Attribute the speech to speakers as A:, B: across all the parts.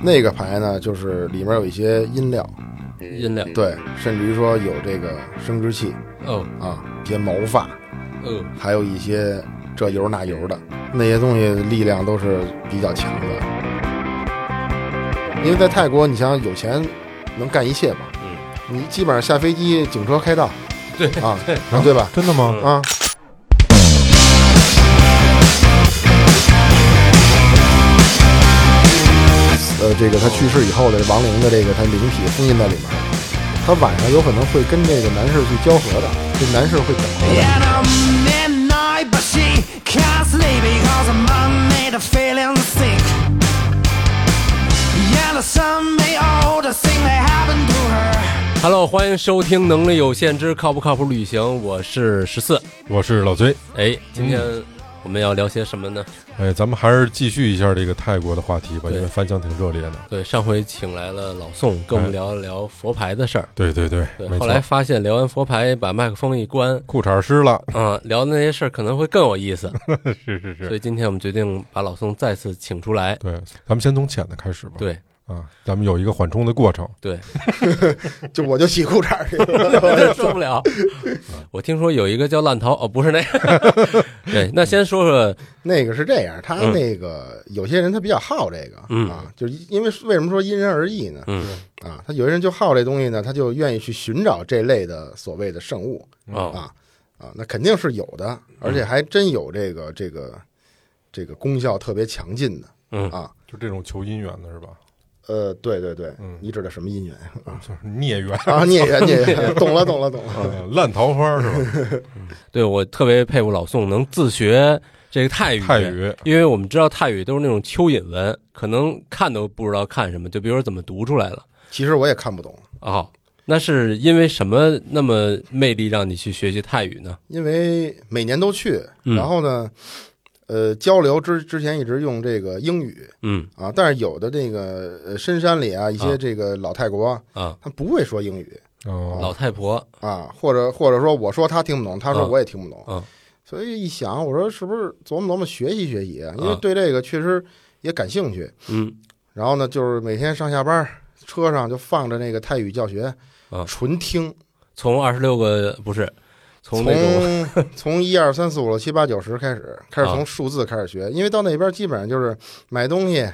A: 那个牌呢，就是里面有一些音料，
B: 嗯
C: 音量
A: 对，甚至于说有这个生殖器
C: 哦
A: 啊，一些毛发，
C: 哦，
A: 还有一些这油那油的那些东西，力量都是比较强的。因为在泰国，你想想有钱能干一切嘛，
C: 嗯，
A: 你基本上下飞机，警车开道
C: 对嗯
A: 啊，对吧？
B: 真的吗？
A: 啊，呃，这个他去世以后的亡灵的这个他灵体封印在里面，他晚上有可能会跟这个男士去交合的，这男士会等着的。
D: And I'm in night, but she can't sleep because a man made her feeling sick. Yeah, the sun made all the things that happened to her.
C: Hello，欢迎收听《能力有限之靠不靠谱旅行》，我是十四。
B: 我是老崔，
C: 哎，今天
B: 嗯
C: 我们要聊些什么呢？
B: 哎，咱们还是继续一下这个泰国的话题吧，
C: 对
B: 因为翻墙挺热烈的。
C: 对，上回请来了老宋，跟我们聊一聊佛牌的事儿。
B: 对对对，
C: 对，
B: 没
C: 后来
B: 错，
C: 发现聊完佛牌，把麦克风一关，
B: 裤衩湿了，
C: 啊、 聊的那些事儿可能会更有意思，
B: 是是嗯
C: 所
B: 是，
C: 以今天我们决定把老宋再次请出来。
B: 对，咱们先从浅的开始吧。
C: 对
B: 啊，咱们有一个缓冲的过程。
C: 对，
A: 就我就洗裤衩儿 去了。
C: 真受不了。我听说有一个叫烂桃，哦，不是那个。 对，那先说说，
A: 那个是这样，他那个、有些人他比较好这个、
C: 嗯
A: 啊，就是因为为什么说因人而异呢？
C: 嗯
A: 啊，他有些人就好这东西呢，他就愿意去寻找这类的所谓的圣物。
B: 嗯
C: 哦，
A: 啊啊，那肯定是有的，而且还真有这个这个这个功效特别强劲的。
C: 嗯
A: 啊，
B: 就这种求姻缘的是吧？
A: 呃，对对对
B: 嗯，
A: 你指的什么姻缘啊？
B: 就是孽缘，
A: 啊，孽缘孽缘， 懂了懂了懂了。
B: 呃 烂桃花是吧？
C: 对我特别佩服老宋能自学这个泰语。
B: 泰语，
C: 因为我们知道泰语都是那种蚯蚓文，可能看都不知道看什么，就比如说怎么读出来了
A: 其实我也看不懂，
C: 啊、哦。那是因为什么那么魅力让你去学习泰语呢？
A: 因为每年都去，
C: 嗯
A: 然后呢，呃，交流之之前一直用这个英语
C: 嗯
A: 啊，但是有的这个呃深山里啊，一些
C: 啊
A: 这个老泰国
C: 啊，
A: 他不会说英语，
B: 哦，
C: 老太婆，
A: 啊，或者或者说我说他听不懂，他说
C: 嗯
A: 我也听不懂，
C: 嗯
A: 所以一想，我说是不是琢磨琢磨学习学习啊？因为
C: 嗯
A: 对这个确实也感兴趣。
C: 嗯
A: 然后呢，就是每天上下班车上就放着那个泰语教学，
C: 嗯
A: 纯听，
C: 从二十六个不是，从
A: 从
C: 那种
A: 从一二三四五六七八九十开始，开始
C: 啊
A: 从数字开始学，因为到那边基本上就是买东西，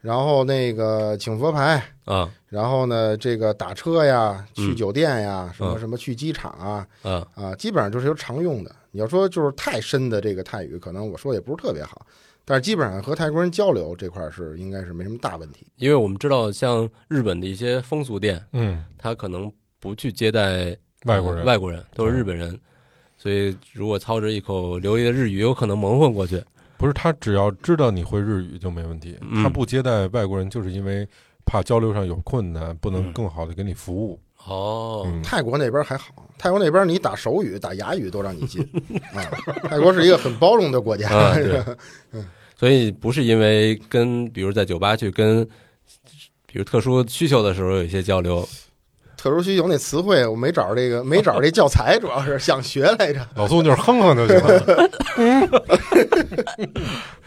A: 然后那个请佛牌。
C: 啊
A: 然后呢，这个打车呀，去
C: 嗯
A: 酒店呀，什么
C: 嗯
A: 什么去机场啊，
C: 啊
A: 啊，基本上就是有常用的。你要说就是太深的这个泰语，可能我说的也不是特别好，但是基本上和泰国人交流这块儿是应该是没什么大问题。
C: 因为我们知道，像日本的一些风俗店，
B: 嗯，
C: 他可能不去接待
B: 外国人，嗯
C: 外国人都是日本人，所以如果操着一口流利的日语，有可能蒙混过去。
B: 不是他只要知道你会日语就没问题。
C: 嗯
B: 他不接待外国人，就是因为怕交流上有困难，不
C: 嗯
B: 能更好的给你服务。
C: 哦，
B: 嗯
A: 泰国那边还好，泰国那边你打手语、打哑语都让你 进啊。泰国是一个很包容的国家，
C: 啊对，所以不是因为跟比如在酒吧去跟。比如特殊需求的时候有一些交流，
A: 特殊需求那词汇我没找着这个，没找着这教材，主要是想学来着。
B: 老宋就是哼哼就行了。
C: 那
A: 懂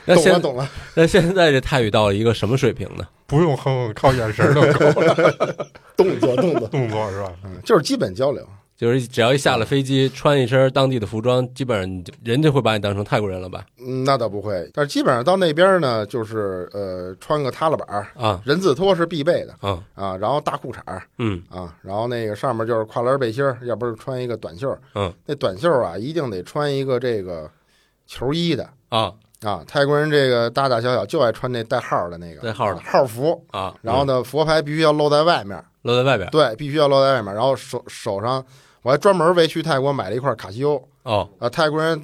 A: 了
C: 现
A: 懂了，
C: 那现在这泰语到了一个什么水平呢？
B: 不用哼哼，靠眼神儿就够了，
A: 动作动作，
B: 动作是吧？
A: 嗯，就是基本交流。
C: 就是只要一下了飞机，穿一身当地的服装，基本上你就人家会把你当成泰国人了吧？
A: 嗯，那倒不会，但是基本上到那边呢，就是呃，穿个塌拉板儿，
C: 啊
A: 人字拖是必备的
C: 啊
A: 啊，然后大裤衩儿，
C: 嗯
A: 啊，然后那个上面就是跨栏背心儿，要不是穿一个短袖儿，
C: 嗯
A: 那短袖儿啊，一定得穿一个这个球衣的
C: 啊
A: 啊。泰国人这个大大小小就爱穿那带号儿的那个
C: 带号儿的
A: 啊号儿服，
C: 啊，
A: 然后呢，佛牌必须要露在外面儿，
C: 露在外边
A: 对，必须要露在外面儿。然后手手上，我还专门为去泰国买了一块卡西欧
C: 哦，
A: 啊，泰国人。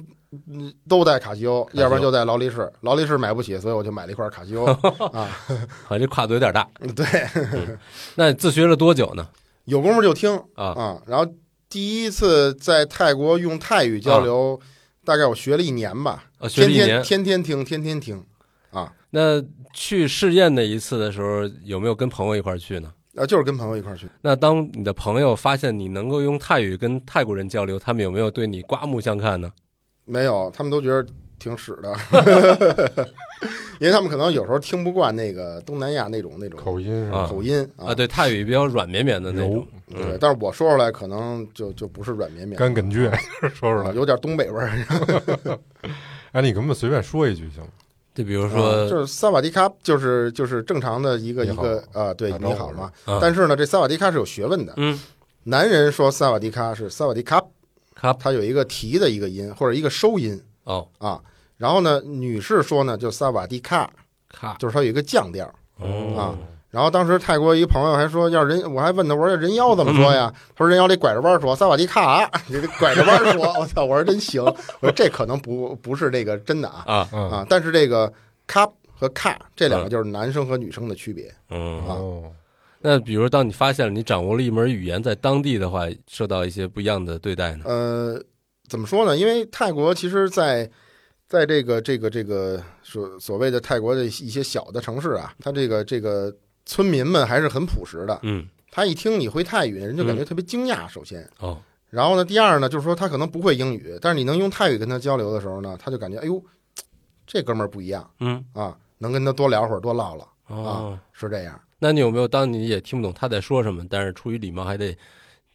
A: 嗯，都戴卡西欧，
C: 西欧
A: 要不然就戴劳力士。劳力士买不起，所以我就买了一块卡西 欧啊。
C: 好，这跨度有点大。嗯
A: 对，
C: 那你自学了多久呢？
A: 有功夫就听
C: 啊
A: 然后第一次在泰国用泰语交流，大概我学了一年吧，
C: 啊，学
A: 天
C: 了一
A: 天
C: 年。
A: 天天听，天天听啊，
C: 那去试验那一次的时候，有没有跟朋友一块儿去呢？
A: 啊，就是跟朋友一块儿去。
C: 那当你的朋友发现你能够用泰语跟泰国人交流，他们有没有对你刮目相看呢？
A: 没有，他们都觉得挺屎的， 因为他们可能有时候听不惯那个东南亚那种那种
B: 口音是吧
C: 啊
A: 口音啊
C: 啊，对，泰语比较软绵绵的那种
B: 柔，
A: 对，但是我说出来可能就就不是软绵绵，
B: 干梗 倔，说出
A: 啊
B: 来。
A: 有点东北味儿。
B: 哎，你给我们随便说一句行吗？
C: 就比如
A: 啊就
C: 说
A: 是萨瓦迪卡，就是就是正常的一个
B: 你
A: 一
B: 好
A: 个啊，对，
B: 打招
A: 你
B: 呼
A: 好嘛
C: 嗯。
A: 但是呢，这萨瓦迪卡是有学问的。
C: 嗯，
A: 男人说萨瓦迪卡是萨瓦迪卡，
C: 卡
A: 它有一个提的一个音或者一个收音
C: 哦
A: 啊。然后呢，女士说呢就萨瓦迪卡，
C: 卡
A: 就是它有一个降调啊
C: 哦。
A: 然后当时泰国一朋友还说要人，我还问他我说人妖怎么说呀？他说人妖得拐着弯说萨瓦迪卡， 你得拐着弯说。 我操，我说真行，我说这可能不不是这个真的啊。
C: 啊
B: 啊，
A: 啊，但是这个卡和卡这两个就是男生和女生的区别。
C: 嗯，
B: 哦，
C: 那比如当你发现了你掌握了一门语言，在当地的话受到一些不一样的对待呢？
A: 呃，怎么说呢？因为泰国其实在，在这个这个这个所所谓的泰国的一些小的城市啊，它这个这个村民们还是很朴实的。
C: 嗯
A: 他一听你会泰语，人就感觉特别惊讶。首先，
C: 哦
A: 然后呢，第二呢，就是说他可能不会英语，但是你能用泰语跟他交流的时候呢，他就感觉哎呦，这哥们儿不一样
C: 嗯
A: 啊，能跟他多聊会儿，多唠唠，
C: 哦，
A: 是这样。
C: 那你有没有当你也听不懂他在说什么，但是出于礼貌还得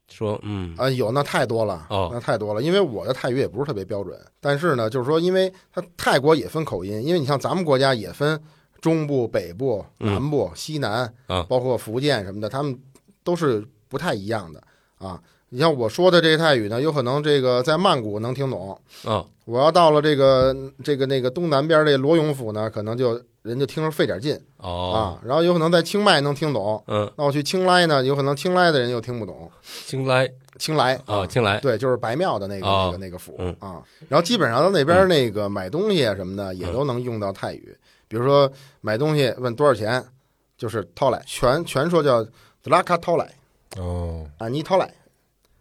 C: 说嗯
A: 啊、有那太多了，
C: 哦
A: 那太多了，因为我的泰语也不是特别标准，但是呢，就是说，因为它泰国也分口音，因为你像咱们国家也分中部、北部、
C: 嗯
A: 南部、西南，
C: 啊
A: 包括福建什么的，他们都是不太一样的啊。你像我说的这个泰语呢，有可能这个在曼谷能听懂，
C: 哦
A: 我要到了这个这个那个东南边这罗永府呢，可能就人就听着费点劲、
C: 哦
A: 啊，然后有可能在清迈能听懂，
C: 嗯，
A: 那我去清莱呢，有可能清莱的人又听不懂，
C: 青来
A: 清莱
C: 啊，青来
A: 对，就是白庙的那个、
C: 哦
A: 那个那个府、
C: 嗯
A: 啊。然后基本上到那边那个买东西啊什么的，也都能用到泰语。比如说买东西问多少钱，就是掏来，全全说叫德拉卡掏来
B: 哦，
A: 啊，你掏来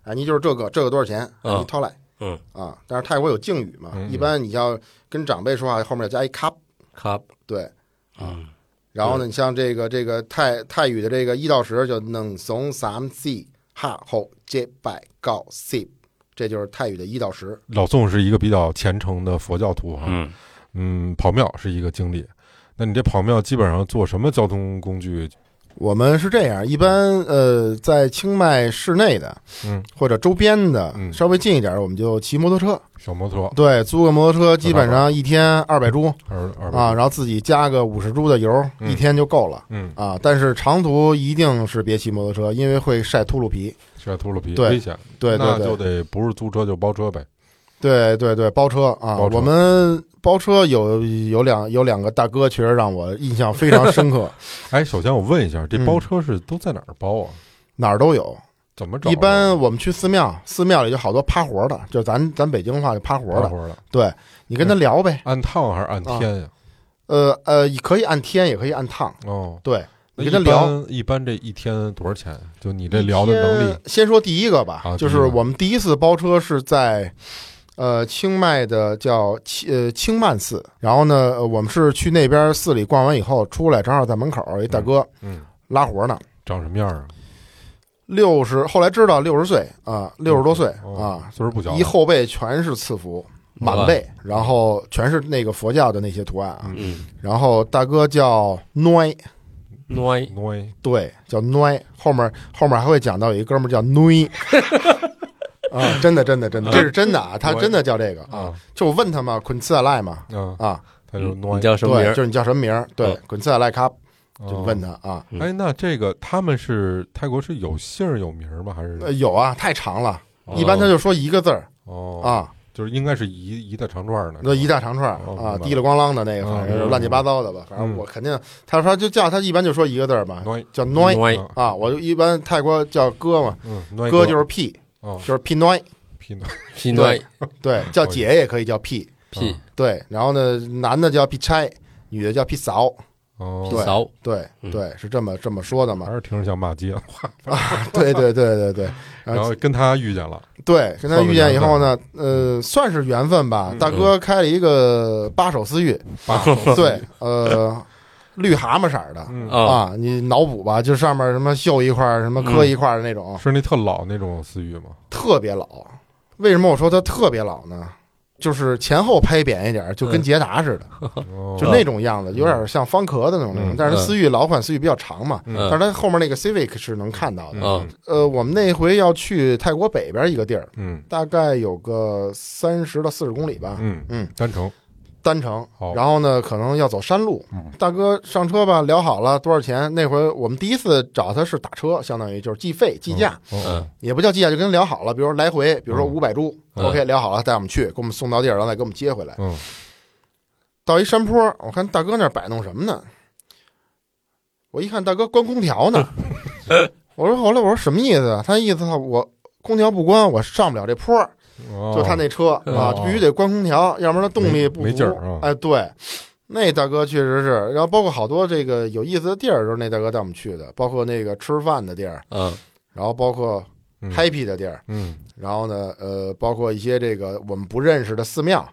A: 啊，你就是这个这个多少钱啊，
C: 哦
A: 你掏来
C: 嗯
A: 啊。但是泰国有敬语嘛，
B: 嗯嗯
A: 一般你要跟长辈说话，后面要加一卡，
C: 卡
A: 对。
C: 嗯
A: 然后呢，你像这个这个泰泰语的这个一到十就能怂三四哈后接拜告 s 这就是泰语的一到十。
B: 老宋是一个比较虔诚的佛教徒
A: 啊
B: 哈，
C: 嗯
B: 嗯，跑庙是一个经历。那你这跑庙基本上坐什么交通工具？
A: 我们是这样，一般呃，在清迈市内的，
B: 嗯，
A: 或者周边的，
B: 嗯
A: 稍微近一点儿，我们就骑摩托车。
B: 小摩托，
A: 对，租个摩托车，基本上一天二百铢
B: 二二百
A: 啊，，然后自己加个五十铢的油，
B: 嗯
A: 一天就够了
B: 嗯，
A: 啊。但是长途一定是别骑摩托车，因为会晒秃噜皮。
B: 晒秃噜皮，
A: 对
B: 危险。
A: 对对
B: 那就
A: 对，
B: 得不是租车就包车呗。
A: 对对对，包车啊，
B: 包车
A: 我们包车有有两有两个大哥，确实让我印象非常深 刻，
B: 哎，首先我问一下，这
A: 嗯
B: 包车是都在哪儿包啊？
A: 哪儿都有。
B: 怎么找啊？
A: 一般我们去寺庙，寺庙里就好多趴活的，就咱咱北京话就趴活
B: 包
A: 的。
B: 活嗯的，
A: 对你跟他聊呗，
B: 按趟还是按天呀？
A: 呃呃，也可以按天，也可以按趟。
B: 哦，
A: 对
B: 那
A: 你跟他
B: 一
A: 聊，
B: 般一般这一天多少钱？就你这聊的能力
A: 先，先说第一个吧，
B: 啊
A: 就是
B: 第一个
A: 我们第一次包车是在呃清迈的叫清呃清曼寺，然后呢，呃我们是去那边寺里逛完以后出来，正好在门口有一大哥
B: 嗯，
A: 拉活呢。
B: 长什么样啊？
A: 六十，后来知道六十岁啊，六十多岁啊
B: 哦，岁数不小了，
A: 一后背全是赐福，满背，然后全是那个佛教的那些图案啊。
C: 嗯，
A: 然后大哥叫 noi，
C: 诺
B: 挪一
A: 对，叫 noi，后面后面还会讲到有一哥们儿叫 noi，啊，真的真的真的，这是真的啊，他真的叫这个啊，
B: 啊
A: 就我问他嘛，昆次阿赖嘛，
B: 啊，
A: 啊，
B: 他就
C: 嗯
B: 挪
C: 你
B: 一，
C: 叫什么名
A: 对，
C: 儿？
A: 就是你叫什么名儿？对
C: 嗯，
A: 昆次阿赖卡，
B: 哦
A: 就问他啊，
C: 嗯
B: 哎，那这个他们是泰国是有姓儿有名儿吗？还是
A: 呃有啊，太长了，
B: 哦
A: 一般他就说一个字儿
B: 哦，
A: 啊，
B: 就是应该是一一大长串儿的，
A: 那一大长串儿
B: 哦明白
A: 啊
B: 了，
A: 滴了咣啷的那个，反正是
B: 嗯
A: 乱七八糟的吧，反正
B: 嗯
A: 我肯定，他说就叫他一般就说一个字儿嘛，
B: 挪一
A: 叫 noi
C: 诺
B: 啊
A: 啊，我就一般泰国叫哥嘛，
B: 嗯，挪一
A: 哥就是屁，
B: 哦
A: 就是屁 noi，
B: 皮挪
C: 皮诺
A: 对，叫姐也可以叫屁。
C: 屁
A: 对，然后呢，男的叫劈差，女的叫劈嫂，
B: 哦，
C: 皮嫂
A: 对
C: 嗯
A: 对，是这么这么说的
B: 还
A: 嘛？
B: 是听着像骂街
A: 啊
B: 的话。
A: 对对对对对，呃
B: 然后跟他遇见
A: 啊
B: 了，
A: 对，跟他遇见以后呢，呃，算是缘分吧。大哥开了一个八手思域，
B: 八
A: 对，呃，绿蛤蟆色儿的
B: 嗯，
C: 啊
A: 啊，你脑补吧，就上面什么绣一块儿，什么刻一块儿的那种，
B: 是那特老那种思域吗？
A: 特别老。为什么我说它特别老呢？就是前后拍扁一点儿，就跟
C: 嗯
A: 捷达似的，
B: 哦
A: 就那种样子，有点像方壳的那种类型。
B: 嗯
A: 但是它
C: 嗯
A: 思域老款思域比较长嘛，
C: 嗯
A: 但是它后面那个 Civic 是能看到的。
C: 啊
A: 呃，我们那回要去泰国北边一个地儿，
B: 嗯
A: 大概有个三十到四十公里吧，
B: 嗯哦
A: 嗯，
B: 单程
A: 单程
B: 好。
A: 然后呢，可能要走山路
E: 嗯。
A: 大哥上车吧，聊好了多少钱？那回我们第一次找他是打车，相当于就是计费计价，
B: 哦
A: 也不叫计价，就跟聊好了，比如说来回，比如说五百铢
C: 嗯
A: ，OK，聊好了带我们去，给我们送到地儿，然后再给我们接回来。
B: 嗯
A: 到一山坡，我看大哥那儿摆弄什么呢？我一看大哥关空调 呢，我说后来我说什么意思啊？他意思他我空调不关，我上不了这坡儿，
B: 哦
A: 就他那车啊
B: 哦，
A: 必须得关空调，要不然它动力不
B: 没没
A: 足
B: 劲儿啊
A: 哎，对，那大哥确实是，然后包括好多这个有意思的地儿都是那大哥带我们去的，包括那个吃饭的地儿，
C: 嗯
A: 然后包括
B: 嗯
A: happy 的地儿，
B: 嗯
A: 然后呢，呃，包括一些这个我们不认识的寺庙，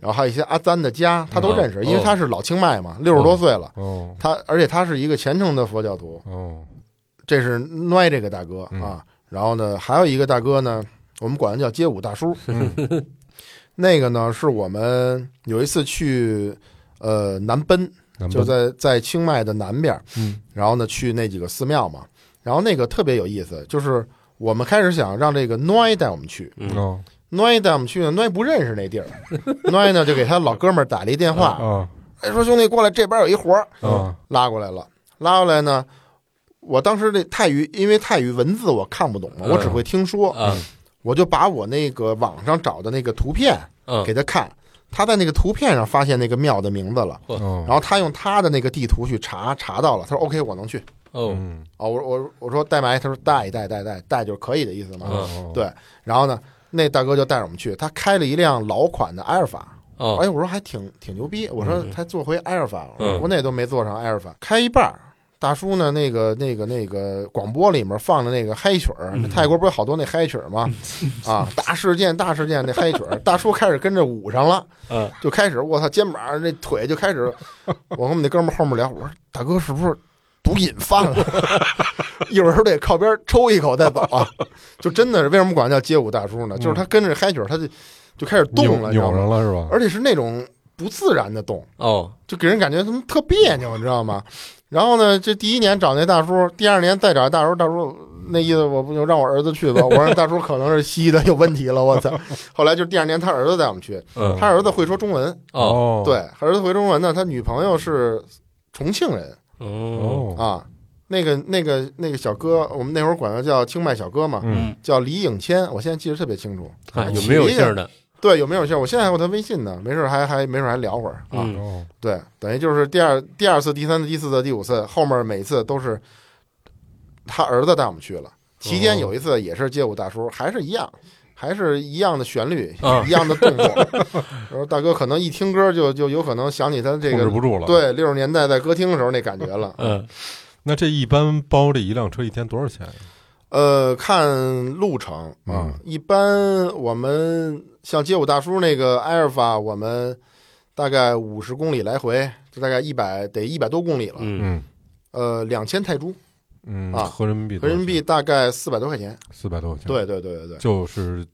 A: 然后还有一些阿赞的家，他都认识，
C: 嗯
A: 因为他是老清迈嘛，六十多岁了，
B: 哦
A: 他而且他是一个虔诚的佛教徒，
B: 哦
A: 这是奈这个大哥
B: 嗯
A: 啊。然后呢，还有一个大哥呢，我们管他叫街舞大叔， 那个呢是我们有一次去呃南奔，
B: 南
A: 就
B: 奔
A: 在在清迈的南边，
B: 嗯
A: 然后呢去那几个寺庙嘛，然后那个特别有意思，就是我们开始想让这个奈带我们去。
C: 嗯
B: 哦
A: 奈带我们去呢，奈不认识那地儿， 奈呢就给他老哥们儿打了一电话，
C: 哦
B: 啊
A: 哎，说兄弟过来，这边有一活儿，
B: 啊
A: 拉过来了，拉过来呢，我当时那泰语，因为泰语文字我看不懂嘛，
C: 嗯
A: 我只会听说，
C: 啊
A: 我就把我那个网上找的那个图片
C: 嗯
A: 给他看，他在那个图片上发现那个庙的名字了，
C: 嗯
B: 哦
A: 然后他用他的那个地图去查，查到了，他说 OK，我能去。
C: 哦
B: 嗯
A: 哦，我我我说带埋，他说带带带带带就是可以的意思嘛。
C: 嗯
B: 哦
A: 对，然后呢，那大哥就带着我们去，他开了一辆老款的埃尔法。
C: 哦
A: 哎，我说还挺挺牛逼，我说还坐回埃尔法，
C: 嗯
A: 我那都没坐上埃尔法，开一半儿。大叔呢？那个、那个、那个广播里面放的那个嗨曲儿，那泰国不是好多那嗨曲儿吗？啊，大事件、大事件那嗨曲儿，大叔开始跟着舞上了，
C: 嗯
A: 就开始我操，肩膀那腿就开始，我跟我们那哥们儿后面聊，我说大哥是不是毒瘾犯了？ 一会儿得靠边抽一口再走啊！就真的是为什么管他叫街舞大叔呢？就是他跟着嗨曲儿，他就就开始动了，
B: 扭
A: 你知道吗？
B: 扭上了是吧？
A: 而且是那种不自然的动，
C: 哦
A: 就给人感觉他妈特别扭，你知道吗？然后呢，这第一年找那大叔，第二年再找大叔，大叔那意思我不就让我儿子去吧？我说大叔可能是吸的有问题了，我操！ 后来就第二年他儿子带我们去，
C: 嗯
A: 他儿子会说中文，
C: 哦
B: 哦
A: 对，儿子会中文呢，他女朋友是重庆人
C: 哦
B: 哦
A: 啊。那个、那个、那个小哥，我们那会儿管他叫清迈小哥嘛，
B: 嗯
A: 叫李颖谦，我现在记得特别清楚。
C: 啊有没有姓儿的
A: 对，有没有信儿？我现在还有他微信呢，没事儿还还没事儿还聊会儿啊。
C: 嗯
B: 哦
A: 对，等于就是第二、第二次、第三次、第四次、第五次，后面每次都是他儿子带我们去了。期
B: 哦
A: 间有一次也是街舞大叔，还是一样，还是一样的旋律，
B: 嗯
C: 啊
A: 一样的动作。 然后大哥可能一听歌就就有可能想起他这
B: 控制
A: 个
B: 不住了。，
A: 对六十年代在歌厅的时候那感觉了。
C: 嗯
B: 那这一般包这一辆车一天多少钱？
A: 呃，看路程啊
B: 嗯，
A: 一般我们像街舞大叔那个埃尔法，我们大概五十公里来回，就大概一百得一百多公里了。
C: 嗯
B: 嗯
A: 呃，两千泰铢，
B: 嗯
A: 啊
B: 合人民币
A: 合人民币大概四百多块钱。
B: 四百多块钱。，
A: 对对对对对，
B: 就是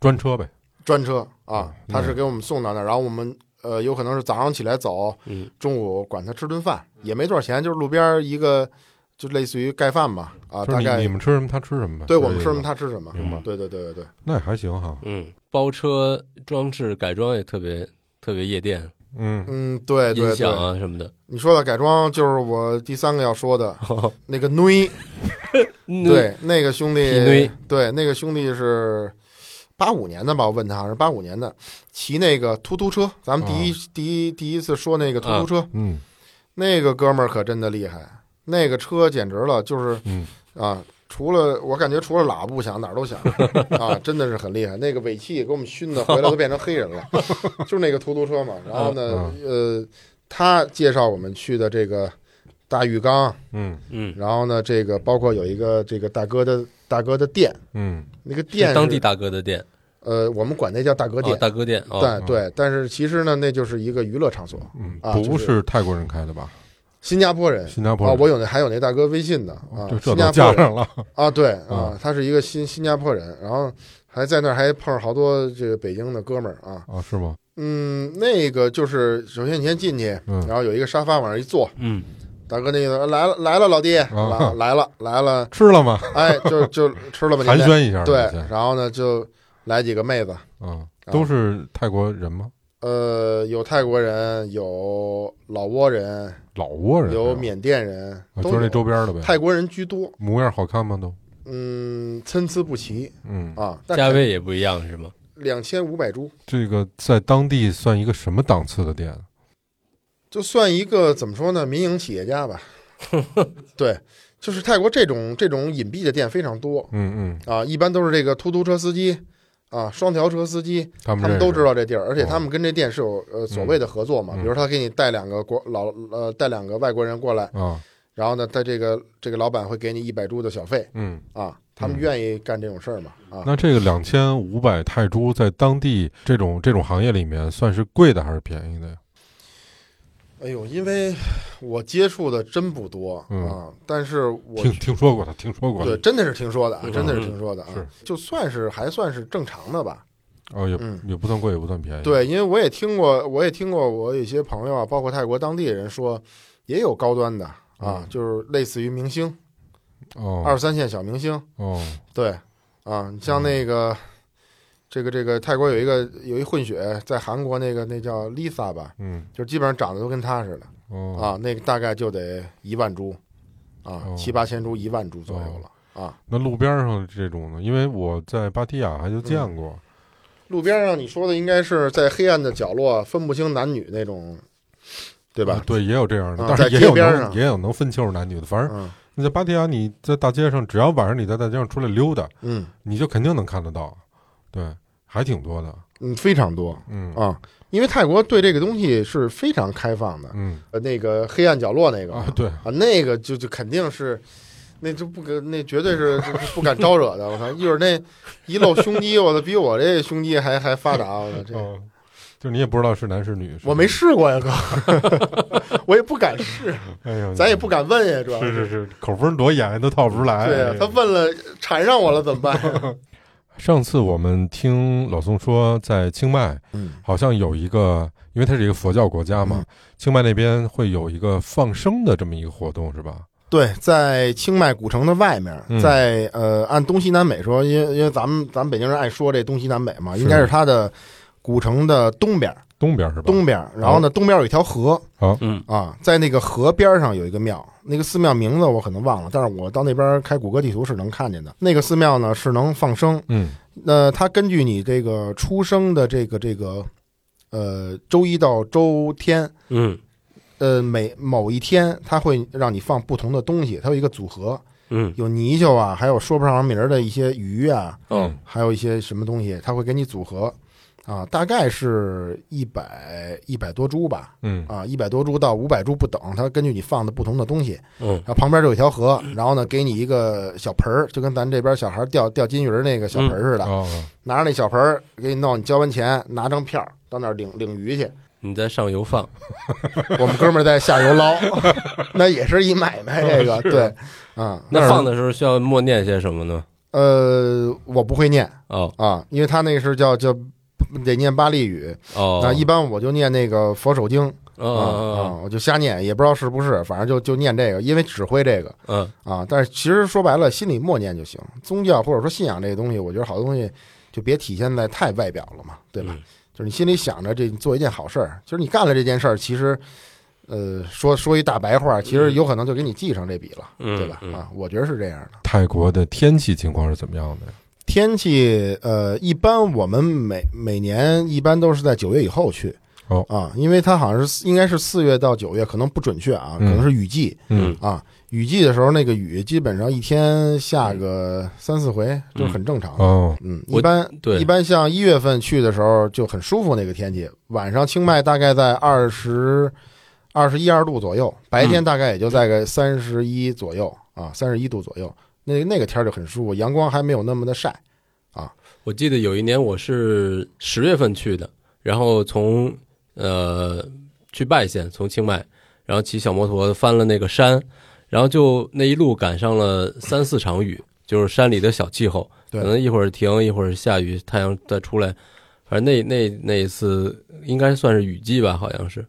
B: 专车呗。
A: 专车啊，
B: 嗯
A: 他是给我们送到那儿，然后我们呃有可能是早上起来走，
C: 嗯
A: 中午管他吃顿饭，
B: 嗯
A: 也没多少钱，就是路边一个就类似于盖饭吧啊，
B: 就是
A: 大
B: 你
A: 概
B: 你们吃什么，他吃什么呗。
A: 对
B: 是
A: 我们
B: 这
A: 吃什么
B: 意思吧
A: 他吃什么
B: 明白，
A: 对对对对对。
B: 那也还行哈。
C: 嗯包车装置改装也特别特别夜店
B: 嗯
A: 嗯，对对
C: 音响
A: 对，
C: 啊什么的
A: 你说的改装就是我第三个要说的那个 女，
C: 嗯
A: 对那个兄弟
C: 痞女，
A: 对那个兄弟是八五年的吧？我问他是八五年的，骑那个突突车，咱们第一第一第一次说那个突突车，
B: 哦嗯
A: 那个哥们儿可真的厉害，那个车简直了，就是
B: 嗯
A: 啊，除了我感觉除了喇叭不响，哪儿都 响啊，真的是很厉害。那个尾气给我们熏的，回来都变成黑人 了，就是那个突突车嘛。然后呢，
B: 嗯
A: 呃，他介绍我们去的这个大浴缸，
B: 嗯
C: 嗯
A: 然后呢，这个包括有一个这个大哥的大哥的店，
B: 嗯
A: 那个 店
C: 是
A: 是
C: 当地大哥的店
A: 呃，我们管那叫大哥
C: 哦
A: 店。
C: 大哥店哦
A: 但对，但是其实呢，那就是一个娱乐场所。
B: 嗯，
A: 啊
B: 不
A: 就是
B: 是泰国人开的吧？
A: 新加坡人
B: 新加坡
A: 啊
B: 人，，哦
A: 我有那还有那大哥微信呢啊
B: 这，这
A: 新
B: 都
A: 加坡
B: 加
A: 人
B: 上了。
A: 啊，对啊
B: 啊，
A: 他是一个新新加坡人，然后还还在那儿还碰上好多这个北京的哥们儿啊。
B: 啊，是吗？
A: 嗯，那个就是首先你先进去，
B: 嗯
A: 然后有一个沙发往那儿一坐，
C: 嗯，
A: 大哥那个来了来了，老弟，
B: 啊
A: 来来了来了，
B: 吃了吗？
A: 哎，就就吃 了吧，
B: 寒
A: 您
B: 暄一下，
A: 对
B: 先，
A: 然后呢就来几个妹子，
B: 啊，都是泰国人吗？
A: 呃，有泰国人，有老挝人，
B: 老挝人啊
A: 有缅甸人，
B: 啊
A: 都
B: 就是那
A: 有
B: 周边的呗。
A: 泰国人居多，
B: 模样好看吗？都，
A: 嗯，参差不齐
B: 嗯，
A: 啊，
C: 价位也不一样是吗？
A: 两千五百铢，
B: 这个在当地算一个什么档次的店？
A: 就算一个怎么说呢，民营企业家 吧，对，就是泰国这种这种隐蔽的店非常多
B: 嗯嗯，
A: 啊，一般都是这个出租车司机啊，双条车司机，
B: 他们
A: 他们
B: 认识
A: 都知道这地儿，而且
B: 哦
A: 他们跟这店是有呃所谓的合作嘛，
B: 嗯
A: 比如他给你带两个国老呃带两个外国人过来，
B: 啊，
A: 然后呢，他这个这个老板会给你一百铢的小费
B: 嗯，
A: 啊，他们
B: 嗯
A: 愿意干这种事儿嘛啊，
B: 那这个两千五百泰铢在当地这种这种行业里面算是贵的还是便宜的呀？
A: 哎呦，因为我接触的真不多、
B: 嗯
A: 啊，但是我
B: 听听说过的，听说过
A: 对
B: 的，
A: 真的是听说的，啊，
C: 嗯
A: 真的是听说的啊，
B: 是
A: 就算是还算是正常的吧。
B: 哦，也
A: 嗯
B: 也不算贵，也不算便宜。，
A: 对，因为我也听过，我也听过我有些朋友啊，包括泰国当地人说，也有高端的啊，
B: 嗯
A: 就是类似于明星，二
B: 哦
A: 三线小明星，
B: 哦，
A: 对啊，你像那个。这个这个泰国有一个有一混血，在韩国那个那叫 Lisa 吧，
B: 嗯
A: 就基本上长得都跟她似的，
B: 哦，
A: 啊，那个大概就得一万株，啊，
B: 哦
A: 七八千株，一万株左右了、啊。
B: 那路边上这种呢？因为我在芭提雅还就见
A: 嗯
B: 过，
A: 路边上你说的应该是在黑暗的角落分不清男女那种，对
B: 对
A: 吧？
B: 对，也有这样的，
A: 啊
B: 但是
A: 在
B: 也
A: 街
B: 有
A: 边
B: 能
A: 上
B: 也有能分清楚男女的。反正
A: 嗯
B: 你在芭提雅，你在大街上，只要晚上你在大街上出来溜达，
A: 嗯
B: 你就肯定能看得到。对，还挺多的。
A: 嗯，非常多
B: 嗯
A: 啊，因为泰国对这个东西是非常开放的。
B: 嗯
A: 呃，那个黑暗角落那个
B: 啊，对，
A: 啊，那个就就肯定是，那就不跟那绝对是就是不敢招惹的。我操，一会儿那一露胸肌，我操，比我这胸肌还还发达。我操，这
B: 哦，就是你也不知道是男是女。是吧
A: 我没，试过呀，哥， 我也不敢试。
B: 哎呀，
A: 咱也不敢问呀，主要
B: 是是是，口风多严都套不出来。
A: 对呀、
B: 哎呀
A: 他问了缠上我了怎么办？
B: 上次我们听老宋说，在清迈
A: 嗯
B: 好像有一个，因为它是一个佛教国家嘛，
A: 嗯
B: 清迈那边会有一个放生的这么一个活动，是吧？
A: 对，在清迈古城的外面
B: 嗯，
A: 在呃，按东西南北说，因为因为咱们咱们北京人爱说这东西南北嘛，
B: 是
A: 应该是它的古城的东边，
B: 东边是吧？
A: 东边，然后呢，东边有一条河
C: 嗯，
A: 啊，在那个河边上有一个庙，那个寺庙名字我可能忘了，但是我到那边开谷歌地图是能看见的。那个寺庙呢是能放生，
B: 嗯
A: 那它根据你这个出生的这个这个呃周一到周天。
C: 嗯
A: 呃，每某一天，它会让你放不同的东西，它有一个组合，
C: 嗯
A: 有泥鳅啊，还有说不上名儿的一些鱼啊，
C: 哦
A: 还有一些什么东西，它会给你组合，啊，大概是一百一百多株吧，
B: 嗯
A: 啊，一百多株到五百株不等，它根据你放的不同的东西，
C: 嗯
A: 然后旁边就有一条河，然后呢，给你一个小盆儿，就跟咱这边小孩钓钓金鱼儿那个小盆儿
C: 嗯
A: 似的，
B: 哦，
A: 拿着那小盆儿给你弄，你交完钱拿张票儿到那儿领领鱼去，
C: 你在上游放，
A: 我们哥们儿在下游捞， 那也是一买卖，这个 对，啊、
C: 哦那放的时候需要默念些什么呢？
A: 呃，我不会念
C: 哦
A: 啊，因为他那个是叫叫得念巴利语，
C: 哦，
A: 那一般我就念那个佛手经
C: 哦
A: 啊啊
C: 哦，
A: 我就瞎念，也不知道是不是，反正就就念这个，因为指挥这个
C: 嗯
A: 啊。但是其实说白了，心里默念就行。宗教或者说信仰这个东西，我觉得好多东西就别体现在太外表了嘛，对吧？
C: 嗯
A: 就是你心里想着这你做一件好事儿，就是你干了这件事儿，其实，呃，说说一大白话，其实有可能就给你记上这笔了，
C: 嗯
A: 对吧？
C: 嗯
A: 啊，我觉得是这样的。
B: 泰国的天气情况是怎么样的呀？
A: 天气，呃，一般我们每每年一般都是在九月以后去，
B: 哦
A: 啊，因为它好像是四应该是四月到九月，可能不准确啊，可
B: 嗯
A: 能是雨季、
B: 嗯
A: 啊。雨季的时候，那个雨基本上一天下个三四回，就是很正常。
B: 哦，
A: 嗯，
C: 我
A: 一般
C: 对
A: 一般像一月份去的时候就很舒服，那个天气，晚上清迈大概在二十二十一二度左右，白
C: 嗯
A: 天大概也就在个三十一左右、啊，三十一度左右，那那个天儿就很舒服，阳光还没有那么的晒。
C: 我记得有一年我是十月份去的，然后从呃去拜县，从清迈，然后骑小摩托翻了那个山，然后就那一路赶上了三四场雨，就是山里的小气候，
A: 对
C: 可能一会儿停，一会儿下雨，太阳再出来，反正那那那一次应该算是雨季吧，好像是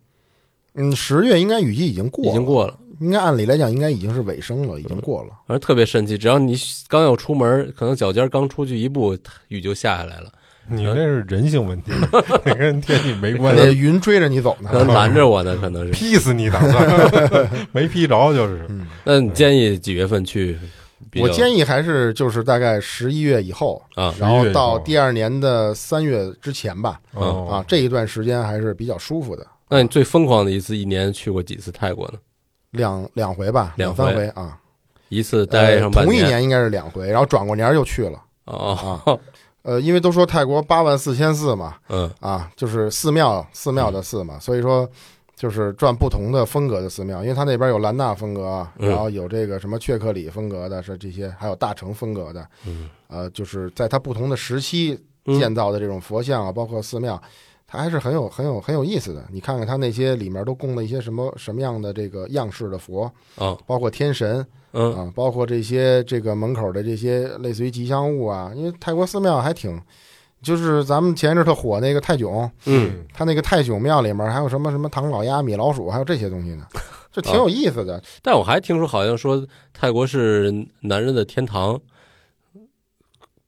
A: 嗯，十月应该雨季已经过了，
C: 已经过嗯了。
A: 应该按理来讲应该已经是尾声了，已经过了。
C: 反正特别神奇，只要你刚要出门，可能脚尖刚出去一步，雨就下下来了。
B: 你这是人性问题，你跟天气没关
A: 那
B: 系，
A: 云追着你走
C: 可能
A: 呢，
C: 拦着我呢，可能是。
B: 劈死你打算， 没劈着就是。
C: 那你建议几月份去比较？
A: 我建议还是就是大概十一月以后，
C: 啊，
A: 然后
B: 11月以
A: 到
B: 后
A: 第二年的三月之前吧，
B: 哦
A: 啊，这一段时间还是比较舒服的，
C: 那你最疯狂的一次，一年去过几次泰国呢？
A: 两两回吧，
C: 两
A: 两
C: 回
A: 三回啊，
C: 一次待
A: 呃
C: 上半
A: 同一
C: 年
A: 年应该是两回，然后转过年儿又去了。
C: 哦，
A: 呃，因为都说泰国八万四千四嘛，
C: 嗯
A: 啊，就是寺庙寺庙的寺嘛，所以说就是转不同的风格的寺庙，因为它那边有兰纳风格啊，
C: 嗯
A: 然后有这个什么雀克里风格的，是这些，还有大乘风格的，
C: 嗯，
A: 呃，就是在它不同的时期
C: 嗯
A: 建造的这种佛像啊，包括寺庙，它还是很有很有很有意思的。你看看它那些里面都供了一些什么什么样的这个样式的佛，
C: 哦
A: 包括天神，
C: 嗯
A: 啊，包括这些这个门口的这些类似于吉祥物啊，因为泰国寺庙还挺，就是咱们前一阵儿特火那个泰囧，
C: 嗯，
A: 它那个泰囧庙里面还有什么什么唐老鸭、米老鼠，还有这些东西呢，就挺有意思的。
C: 但我还听说好像说泰国是男人的天堂，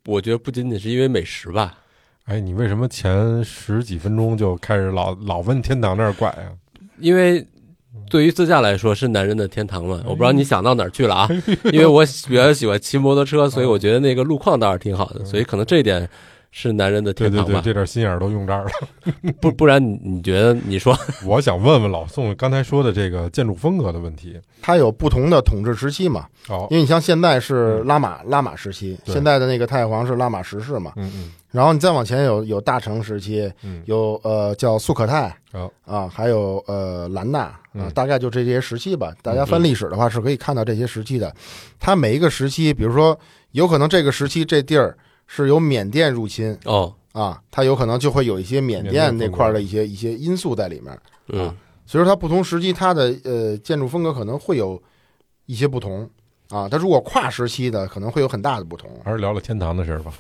C: 我觉得不仅仅是因为美食吧，
B: 哎，你为什么前十几分钟就开始老老问天堂那儿拐啊？
C: 因为对于自驾来说是男人的天堂嘛。我不知道你想到哪儿 去了啊，因为我比较喜欢骑摩托
A: 啊
C: 车，所以我觉得那个路况倒是挺好
A: 嗯
C: 的，所以可能这一点是男人的
B: 对
C: 天
B: 对
C: 堂
B: 对，
C: 吧。
B: 这点心眼儿都用这儿了。
C: 不不然你你觉得你说
B: 我想问问老宋刚才说的这个建筑风格的问题。
A: 它有不同的统治时期嘛，
B: 哦
A: 因，为你像现在
C: 嗯
A: 是拉玛拉玛时期，
B: 对
A: 现在的那个太皇是拉玛十世嘛，
B: 嗯嗯
A: 然后你再往前有有大成时期，
B: 嗯，
A: 有呃叫素可泰
B: 好，
A: 啊，还有呃兰纳啊
B: 嗯，
A: 大概就这些时期吧。大家
C: 嗯
A: 翻
C: 嗯
A: 历史的话是可以看到这些时期的。它每一个时期，比如说有可能这个时期这地儿是由缅甸入侵
C: 哦，
A: 啊，它有可能就会有一些缅
B: 缅甸
A: 甸
B: 风格
A: 那块儿的一些一些因素在里面。
C: 嗯
A: 所以说它不同时期它的呃建筑风格可能会有一些不同啊。它如果跨时期的可能会有很大的不同。
B: 还是聊聊天堂的事儿吧。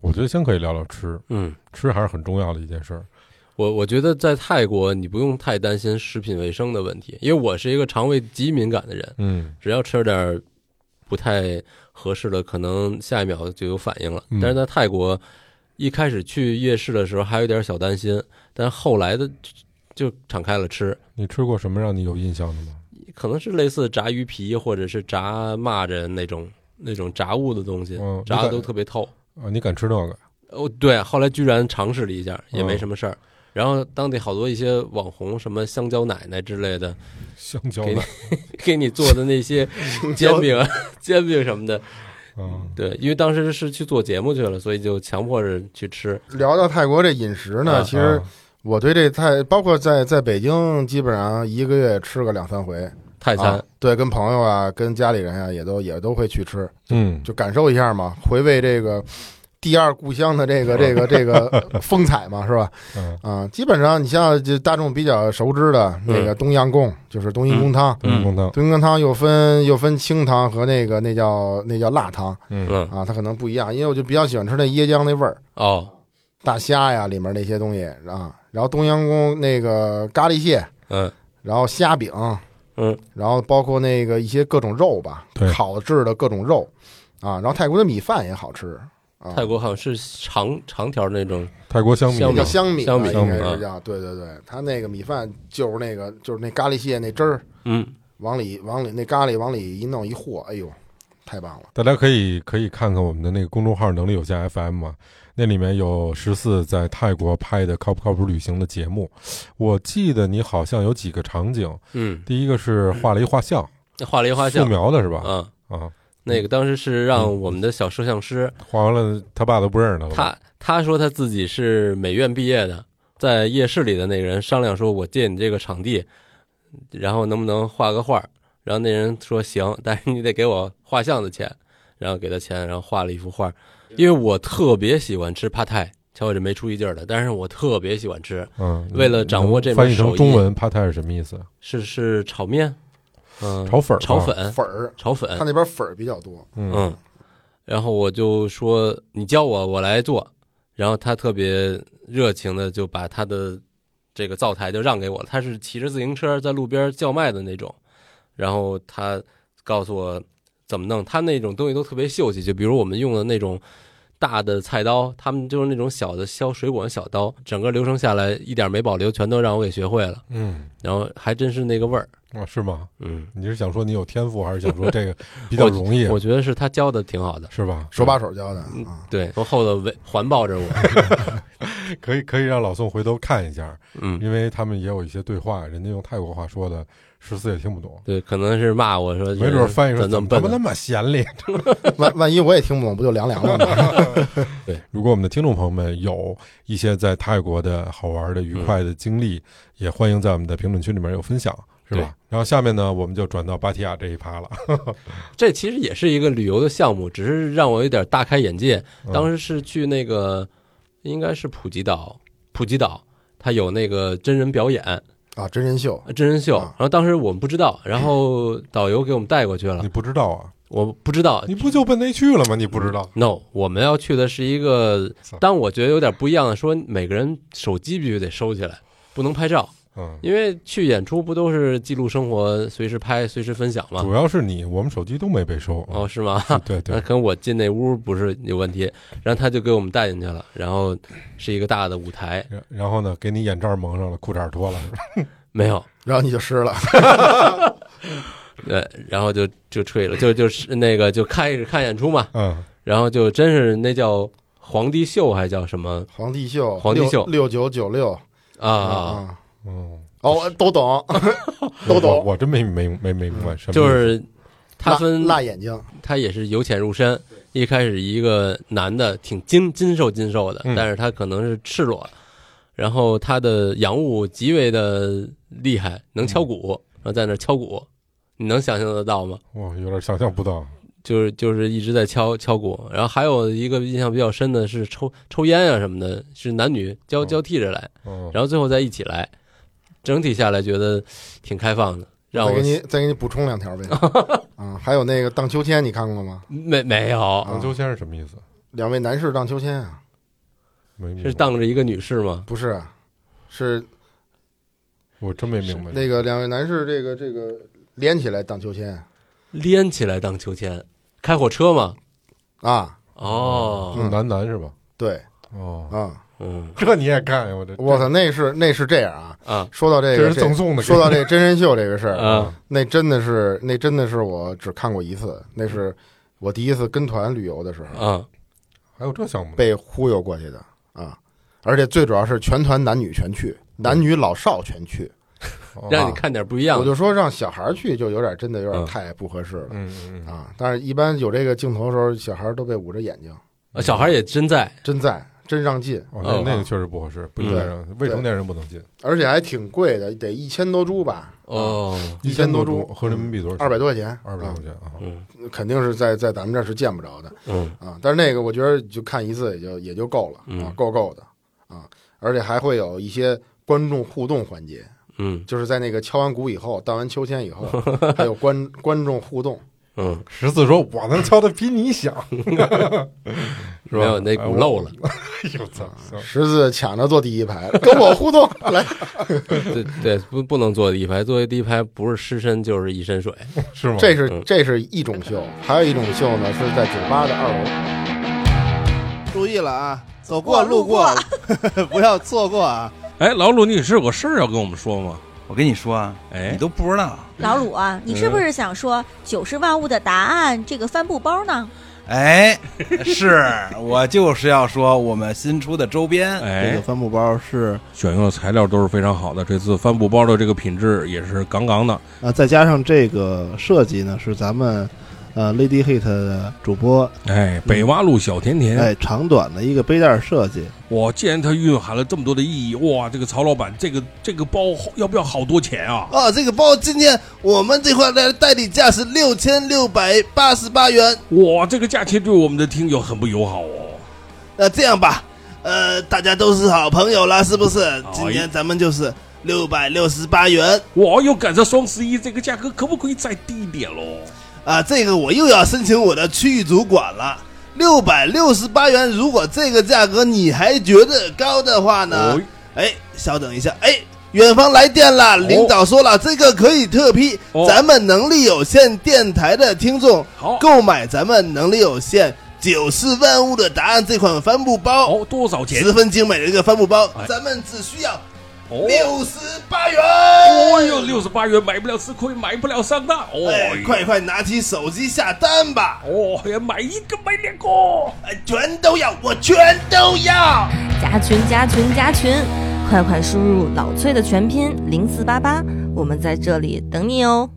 B: 我觉得先可以聊聊吃，
C: 嗯，
B: 吃还是很重要的一件事儿。
C: 我我觉得在泰国你不用太担心食品卫生的问题，因为我是一个肠胃极敏感的人，
B: 嗯
C: 只要吃点儿不太合适的，可能下一秒就有反应了。
B: 嗯
C: 但是在泰国，一开始去夜市的时候还有点小担心，但后来的就就敞开了吃，
B: 你吃过什么让你有印象的吗？
C: 可能是类似炸鱼皮或者是炸蚂蚱那种那种炸物的东西，
B: 嗯
C: 炸的都特别透。
B: 啊，你敢吃那个？
C: 哦，对，后来居然尝试了一下，也没
B: 嗯
C: 什么事儿。然后当地好多一些网红，什么香蕉奶奶之类的，
B: 香蕉
C: 给
B: 的
C: 你给你做的那 些煎饼、啊 煎饼什么的，
B: 啊，
C: 对，因为当时是去做节目去了，所以就强迫着去吃。
A: 聊到泰国这饮食
C: 啊
A: 呢，其实
B: 啊
A: 我对这泰，包括在在北京，基本上一个月吃个两三回
C: 泰餐，
A: 啊。对，跟朋友啊，跟家里人啊，也都也都会去吃，
B: 嗯，
A: 就感受一下嘛，回味这个第二故乡的这个这个这个风采嘛，是吧？
B: 嗯
A: 啊，基本上你像就大众比较熟知的那个东阳贡，就是冬阴功汤。
C: 嗯
B: 冬阴功汤，
A: 冬阴功汤又分又分清汤和那个那叫那叫辣汤
B: 嗯
C: 嗯，
A: 啊，它可能不一样，因为我就比较喜欢吃那椰浆那味儿，
C: 哦，
A: 大虾呀里面那些东西啊，然后东阳宫那个咖喱蟹，
C: 嗯
A: 然后虾饼，
C: 嗯，
A: 然后包括那个一些各种肉吧
B: 对，
A: 烤制的各种肉啊，然后泰国的米饭也好吃啊，
C: 泰国好像是长长条那种，
B: 泰国香
A: 那
C: 香米
A: 叫
B: 米，啊
A: 香米吧，
C: 香嗯米
A: 应该
C: 香
A: 是
C: 米
A: 叫，对对对，它那个米饭就是那个就是那咖喱蟹那汁儿
C: 嗯，
A: 往里往里那咖喱往里一弄一和，哎呦，太棒了，
B: 大家可以可以看看我们的那个公众号“能力有限 FM” 啊，那里面有十四在泰国拍的靠不靠谱旅行的节目。我记得你好像有几个场景，
C: 嗯，
B: 第一个是画了一画像，
C: 那画梨花
B: 素
C: 像，
B: 描的是吧？嗯
C: 嗯，
B: 啊，
C: 那个当时是让我们的小摄像师，
B: 画完了他爸都不认识他了。
C: 他他说他自己是美院毕业的，在夜市里的那个人商量说，我借你这个场地，然后能不能画个画？然后那人说行， 但是你得给我画像的钱，然后给他钱，然后画了一幅画。因为我特别喜欢吃帕泰，瞧我这没出息劲儿的，但是我特别喜欢吃，
B: 嗯，
C: 为了掌握这门
B: 翻译
C: 手
B: 成
C: 艺
B: 中文，帕泰是什么意思？
C: 是是炒面，嗯，
B: 炒粉儿吧
C: 炒粉，
A: 粉儿，他
C: 炒粉，
A: 那边粉儿比较多，
B: 嗯
C: 嗯，然后我就说你教我，我来做，然后他特别热情的就把他的这个灶台就让给我了，他是骑着自行车在路边叫卖的那种，然后他告诉我怎么弄，他那种东西都特别秀气，就比如我们用的那种。大的菜刀，他们就是那种小的削水果的小刀，整个流程下来一点没保留，全都让我给学会了，
B: 嗯，
C: 然后还真是那个味儿，
B: 啊，是吗？
C: 嗯，
B: 你是想说你有天赋，还是想 说这个比较容易，啊
C: 我觉得是他教的挺好的，
B: 是吧？
A: 手把手教的啊。
C: 对，从后头围环抱着我，
B: 嗯可以可以让老宋回头看一下，
C: 嗯，
B: 因为他们也有一些对话，人家用泰国话说的，十四也听不懂，
C: 对，可能是骂我说，
B: 没准儿翻译说
C: 怎
B: 怎
C: 么
B: 么他
C: 笨啊
B: 妈
C: 呢
B: 那么闲咧。
A: 万 万一我也听不懂，不就凉凉了吗？
B: 如果我们的听众朋友们有一些在泰国的好玩的、愉快的经历，也欢迎在我们的评论区里面有分享，是
C: 对
B: 吧？然后下面呢，我们就转到芭提雅这一趴了。
C: 这其实也是一个旅游的项目，只是让我有点大开眼界。
B: 嗯
C: 当时是去那个，应该是普吉岛，普吉岛它有那个真人表演、
A: 啊，真人秀，
C: 真人秀，
A: 啊
C: 然后当时我们不知道，然后导游给我们带过去了
B: 你，不知道啊？
C: 我不知道。
B: 你不就奔那去了吗？你不知道？
C: No，我们要去的是一个
B: 操，
C: 但我觉得有点不一样的，说每个人手机必须得收起来，不能拍照，
B: 嗯，
C: 因为去演出不都是记录生活，随时拍，随时分享吗？
B: 主要是你，我们手机都没被收。嗯
C: 哦，是吗？
B: 对
C: 那
B: 对，
C: 可能我进那屋不是有问题，然后他就给我们带进去了，然后是一个大的舞台，
B: 然然后呢，给你眼罩蒙上了，裤衩脱了，是吧
C: 没有，
A: 然后你就湿了。
C: 对，然后就就吹了，就就是那个就开始看演出嘛，
B: 嗯，
C: 然后就真是那叫皇帝秀还叫什么
A: 皇帝秀，
C: 皇帝秀
A: 六九九六
C: 啊？，
B: 嗯，
A: 哦，都 懂， 都
B: 我我
A: 懂。
B: 我真没没没没明白什么意思，
C: 就是他分
A: 辣辣眼睛，
C: 他也是由浅入深，一开始一个男的挺精精瘦精瘦的
B: 嗯，
C: 但是他可能是赤裸，然后他的洋务极为的厉害，能敲鼓，然后在那儿敲鼓，你能想象得到吗？
B: 我有点想象不到。
C: 就是就是一直在敲敲鼓，然后还有一个印象比较深的是抽抽烟啊什么的，是男女交
B: 嗯
C: 交替着来，
B: 嗯，
C: 然后最后再一起来，整体下来觉得挺开放的，让
A: 再
C: 我
A: 给你再给你补充两 条呗。啊，还有那个荡秋千，你看过吗？
C: 没没有
A: 啊
B: 荡秋千是什么意思？
A: 两位男士荡秋千啊？
B: 没明白
C: 是当着一个女士吗？
A: 不是啊，是
B: 我真没明白
A: 那个两位男士这个这个连起来荡秋千
C: 连起来荡秋千，开火车吗？
A: 啊？
C: 哦，
B: 就男男嗯是吧？
A: 对
B: 哦，
A: 嗯啊，
C: 嗯
B: 这你也看呀？我这
A: 我操，那是那是这样啊。
C: 啊
A: 说到这
B: 这
A: 个，
B: 是赠送的，
A: 说到这真人秀这个事儿，
C: 啊
A: 那真的是那真的是我只看过一次，那是我第一次跟团旅游的时候。
C: 啊！
B: 还有这项目呢？
A: 被忽悠过去的啊，而且最主要是全团男女全去，男女老少全去。
B: 哦
C: 让你看点不一样
A: 我
C: 的。
A: 就说让小孩儿去就有点真的有点
C: 嗯
A: 太不合适了、
B: 嗯嗯嗯，
A: 啊！但是一般有这个镜头的时候，小孩儿都被捂着眼睛，
C: 啊小孩也真在，
A: 真在真让进，
B: 哦，那
C: 哦
B: 那个确实不合适，
A: 嗯
B: 不应该让未成年人不能进，
A: 而且还挺贵的，得一千多株吧，
C: 哦，
A: 一
B: 千
A: 千多
B: 株
A: 株
B: 合人民币多少钱？
A: 二百多块钱，
B: 二百多
A: 啊
B: 块钱啊！
C: 嗯
A: 肯定是在在咱们这儿是见不着的
C: 嗯
A: 啊。但是那个我觉得就看一次也就也就够了啊
C: 嗯，
A: 够够的啊，而且还会有一些观众互动环节。
C: 嗯
A: 就是在那个敲完鼓以后，荡完秋千 以后，还有观观众互动，
C: 嗯，
B: 十四说：“我能敲的比你响，是吧
C: 没有那
B: 哎
C: 鼓
B: 我
C: 漏了，
B: 哎呦我操！行
A: 十字抢着坐第一排，跟我互动 来。
C: 对对，不不能坐第一排，坐第一排不是湿身就是一身水。
B: 是吗？
A: 这是这是一种秀，还有一种秀呢是在酒吧的二楼。
E: 注意了啊，走过路过， 不要错过啊！
F: 哎，老鲁女士，有个事儿要跟我们说吗？
G: 我跟你说啊，
F: 哎
G: 你都不知道。
H: 老鲁啊，你是不是想说九十万物的答案这个帆布包呢？
G: 哎，是我就是要说我们新出的周边，
E: 这
F: 哎
E: 个，帆布包是
F: 选用的材料都是非常好的，这次帆布包的这个品质也是杠杠的。
E: 啊，再加上这个设计呢，是咱们呃 Lady Hit 的主播
F: 哎，北洼路小甜甜，
E: 哎长短的一个背带设计。
F: 哇，既然它蕴含了这么多的意义，哇，这个曹老板，这个这个包要不要好多钱啊？
E: 啊，这个包今天我们这块的代理价是六千六百八十八元。
F: 哇，这个价钱对我们的听友很不友好哦。
E: 那这样吧，呃，大家都是好朋友啦，是不是
F: 好？
E: 今年咱们就是六百六十八元
F: 我又赶上双十一，这个价格可不可以再低一点喽？
E: 啊！这个我又要申请我的区域主管了。六百六十八元，如果这个价格你还觉得高的话呢
F: 哦？
E: 哎，稍等一下，哎，远方来电了，领导说了，这个可以特批，
F: 哦
E: 咱们能力有限电台的听众
F: 好，
E: 购买咱们能力有限九四万物的答案这款帆布包，
G: 哦
F: 好，哦多少钱
E: 十？分精美的一个帆布包
F: 哎，
E: 咱们只需要
F: 哦
E: 六十八元。
F: 哦哟，六十八元买不了吃亏，买不了上当。哦
E: 哎，，快！快拿起手机下单吧！
F: 哦，要买一个，买两个。
E: 哎，全都要，我全都要。
I: 加群加群加群，快快输入老崔的全拼零四八八，我们在这里等你哦。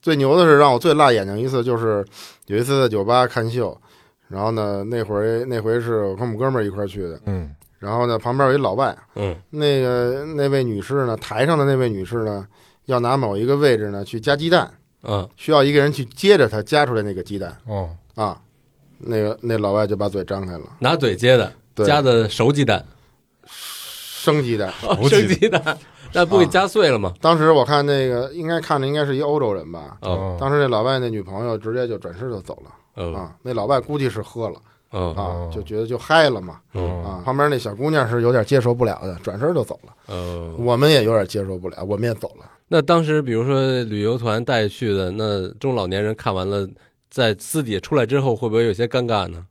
A: 最牛的是让我最辣眼睛一次，就是有一次在酒吧看秀，然后呢，那回那回是我跟我们哥们儿一块儿去的，
B: 嗯，
A: 然后呢，旁边有一老外，
C: 嗯，
A: 那个那位女士呢，台上的那位女士呢，要拿某一个位置呢去加鸡蛋，
C: 嗯，
A: 需要一个人去接着她加出来那个鸡蛋
B: 哦，
A: 啊，那个那老外就把嘴张开了，
C: 拿嘴接的，
A: 对
C: 加的熟鸡蛋，
A: 生鸡蛋。
B: 熟
C: 生
B: 鸡
C: 鸡蛋，那不给加碎了吗？
A: 当时我看那个应该看的应该是一欧洲人吧，
C: 哦
B: 嗯
A: 当时那老外那女朋友直接就转身就走了
C: 哦
A: 啊，那老外估计是喝了
C: 哦
A: 啊
B: 哦，
A: 就觉得就嗨了嘛
C: 哦
A: 啊，旁边那小姑娘是有点接受不了的，转身就走了，
C: 哦，
A: 我们也有点接受不了，我们也走了。
C: 那当时比如说旅游团带去的，那中老年人看完了，在私底下出来之后，会不会有些尴尬呢？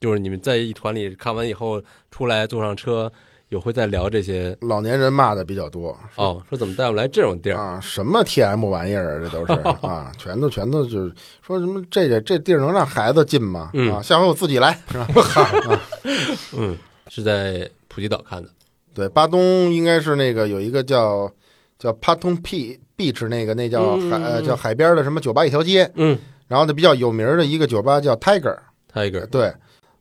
C: 就是你们在一团里看完以后出来坐上车，有会再聊这些
A: 老年人骂的比较多，
C: 哦，说怎么带我们来这种地儿？
A: 啊，什么 TM 玩意儿啊，这都是啊，全都全都就是说什么这个这地儿能让孩子进吗？
C: 嗯
A: 啊，下回我自己来是吧？啊
C: 嗯，是在普吉岛看的。
A: 对，巴东应该是那个有一个叫叫 Patong P Beach 那个那叫
C: 嗯
A: 海、呃
C: 嗯嗯
A: 叫海边的什么酒吧一条街，
C: 嗯
A: 然后呢比较有名儿的一个酒吧叫 Tiger，
C: ，Tiger，
A: 对。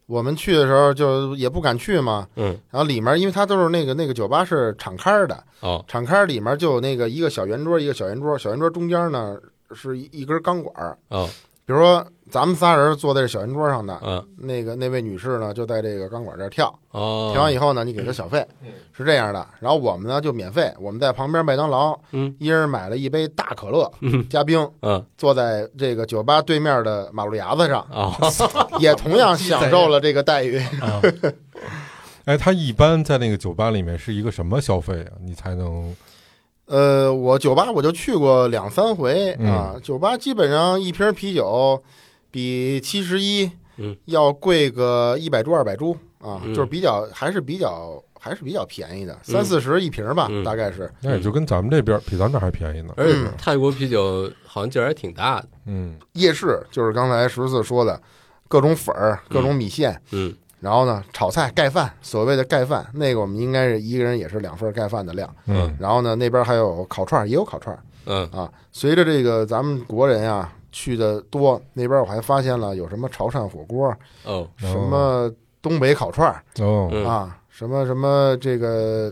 A: 我们去的时候就也不敢去嘛，
C: 嗯，
A: 然后里面因为它都是那个那个酒吧是敞开儿的，
C: 哦，
A: 敞开里面就有那个一个小圆桌，一个小圆桌，小圆桌中间呢是一一根钢管儿。
C: 哦，
A: 比如说咱们仨人坐在这小圆桌上呢，
C: 嗯，
A: 那个那位女士呢就在这个钢管这儿跳，
C: 哦，
A: 跳完以后呢，你给她小费，
C: 嗯
A: 是这样的。然后我们呢就免费，我们在旁边麦当劳，
C: 嗯，
A: 一人买了一杯大可乐
C: 嗯
A: 加冰，
C: 嗯，
A: 坐在这个酒吧对面的马路牙子 上，
C: 哦，
A: 也同样享受了这个待 遇。
B: 哎，他一般在那个酒吧里面是一个什么消费啊？你才能
A: 呃，我酒吧我就去过两三回
C: 嗯
A: 啊，酒吧基本上一瓶啤酒比七十一
C: 嗯
A: 要贵个一百株二百株啊，
C: 嗯
A: 就是比较还是比较还是比较便宜的，
C: 嗯
A: 三四十一瓶吧，
C: 嗯
A: 大概是。
B: 那也就跟咱们这边比咱这还便宜呢。
C: 而且
A: 嗯
C: 泰国啤酒好像劲儿还挺大的。
B: 嗯，
A: 夜市就是刚才十四说的，各种粉儿、各种米线，
C: 嗯，
A: 然后呢炒菜盖饭，所谓的盖饭，那个我们应该是一个人也是两份盖饭的量。
B: 嗯
A: 然后呢那边还有烤串儿，也有烤串儿。
C: 嗯，
A: 啊，随着这个咱们国人啊去的多，那边我还发现了有什么潮汕火锅，
C: 哦，
A: 什么东北烤串儿
B: 哦，
C: 嗯，
A: 啊，什么什么这个，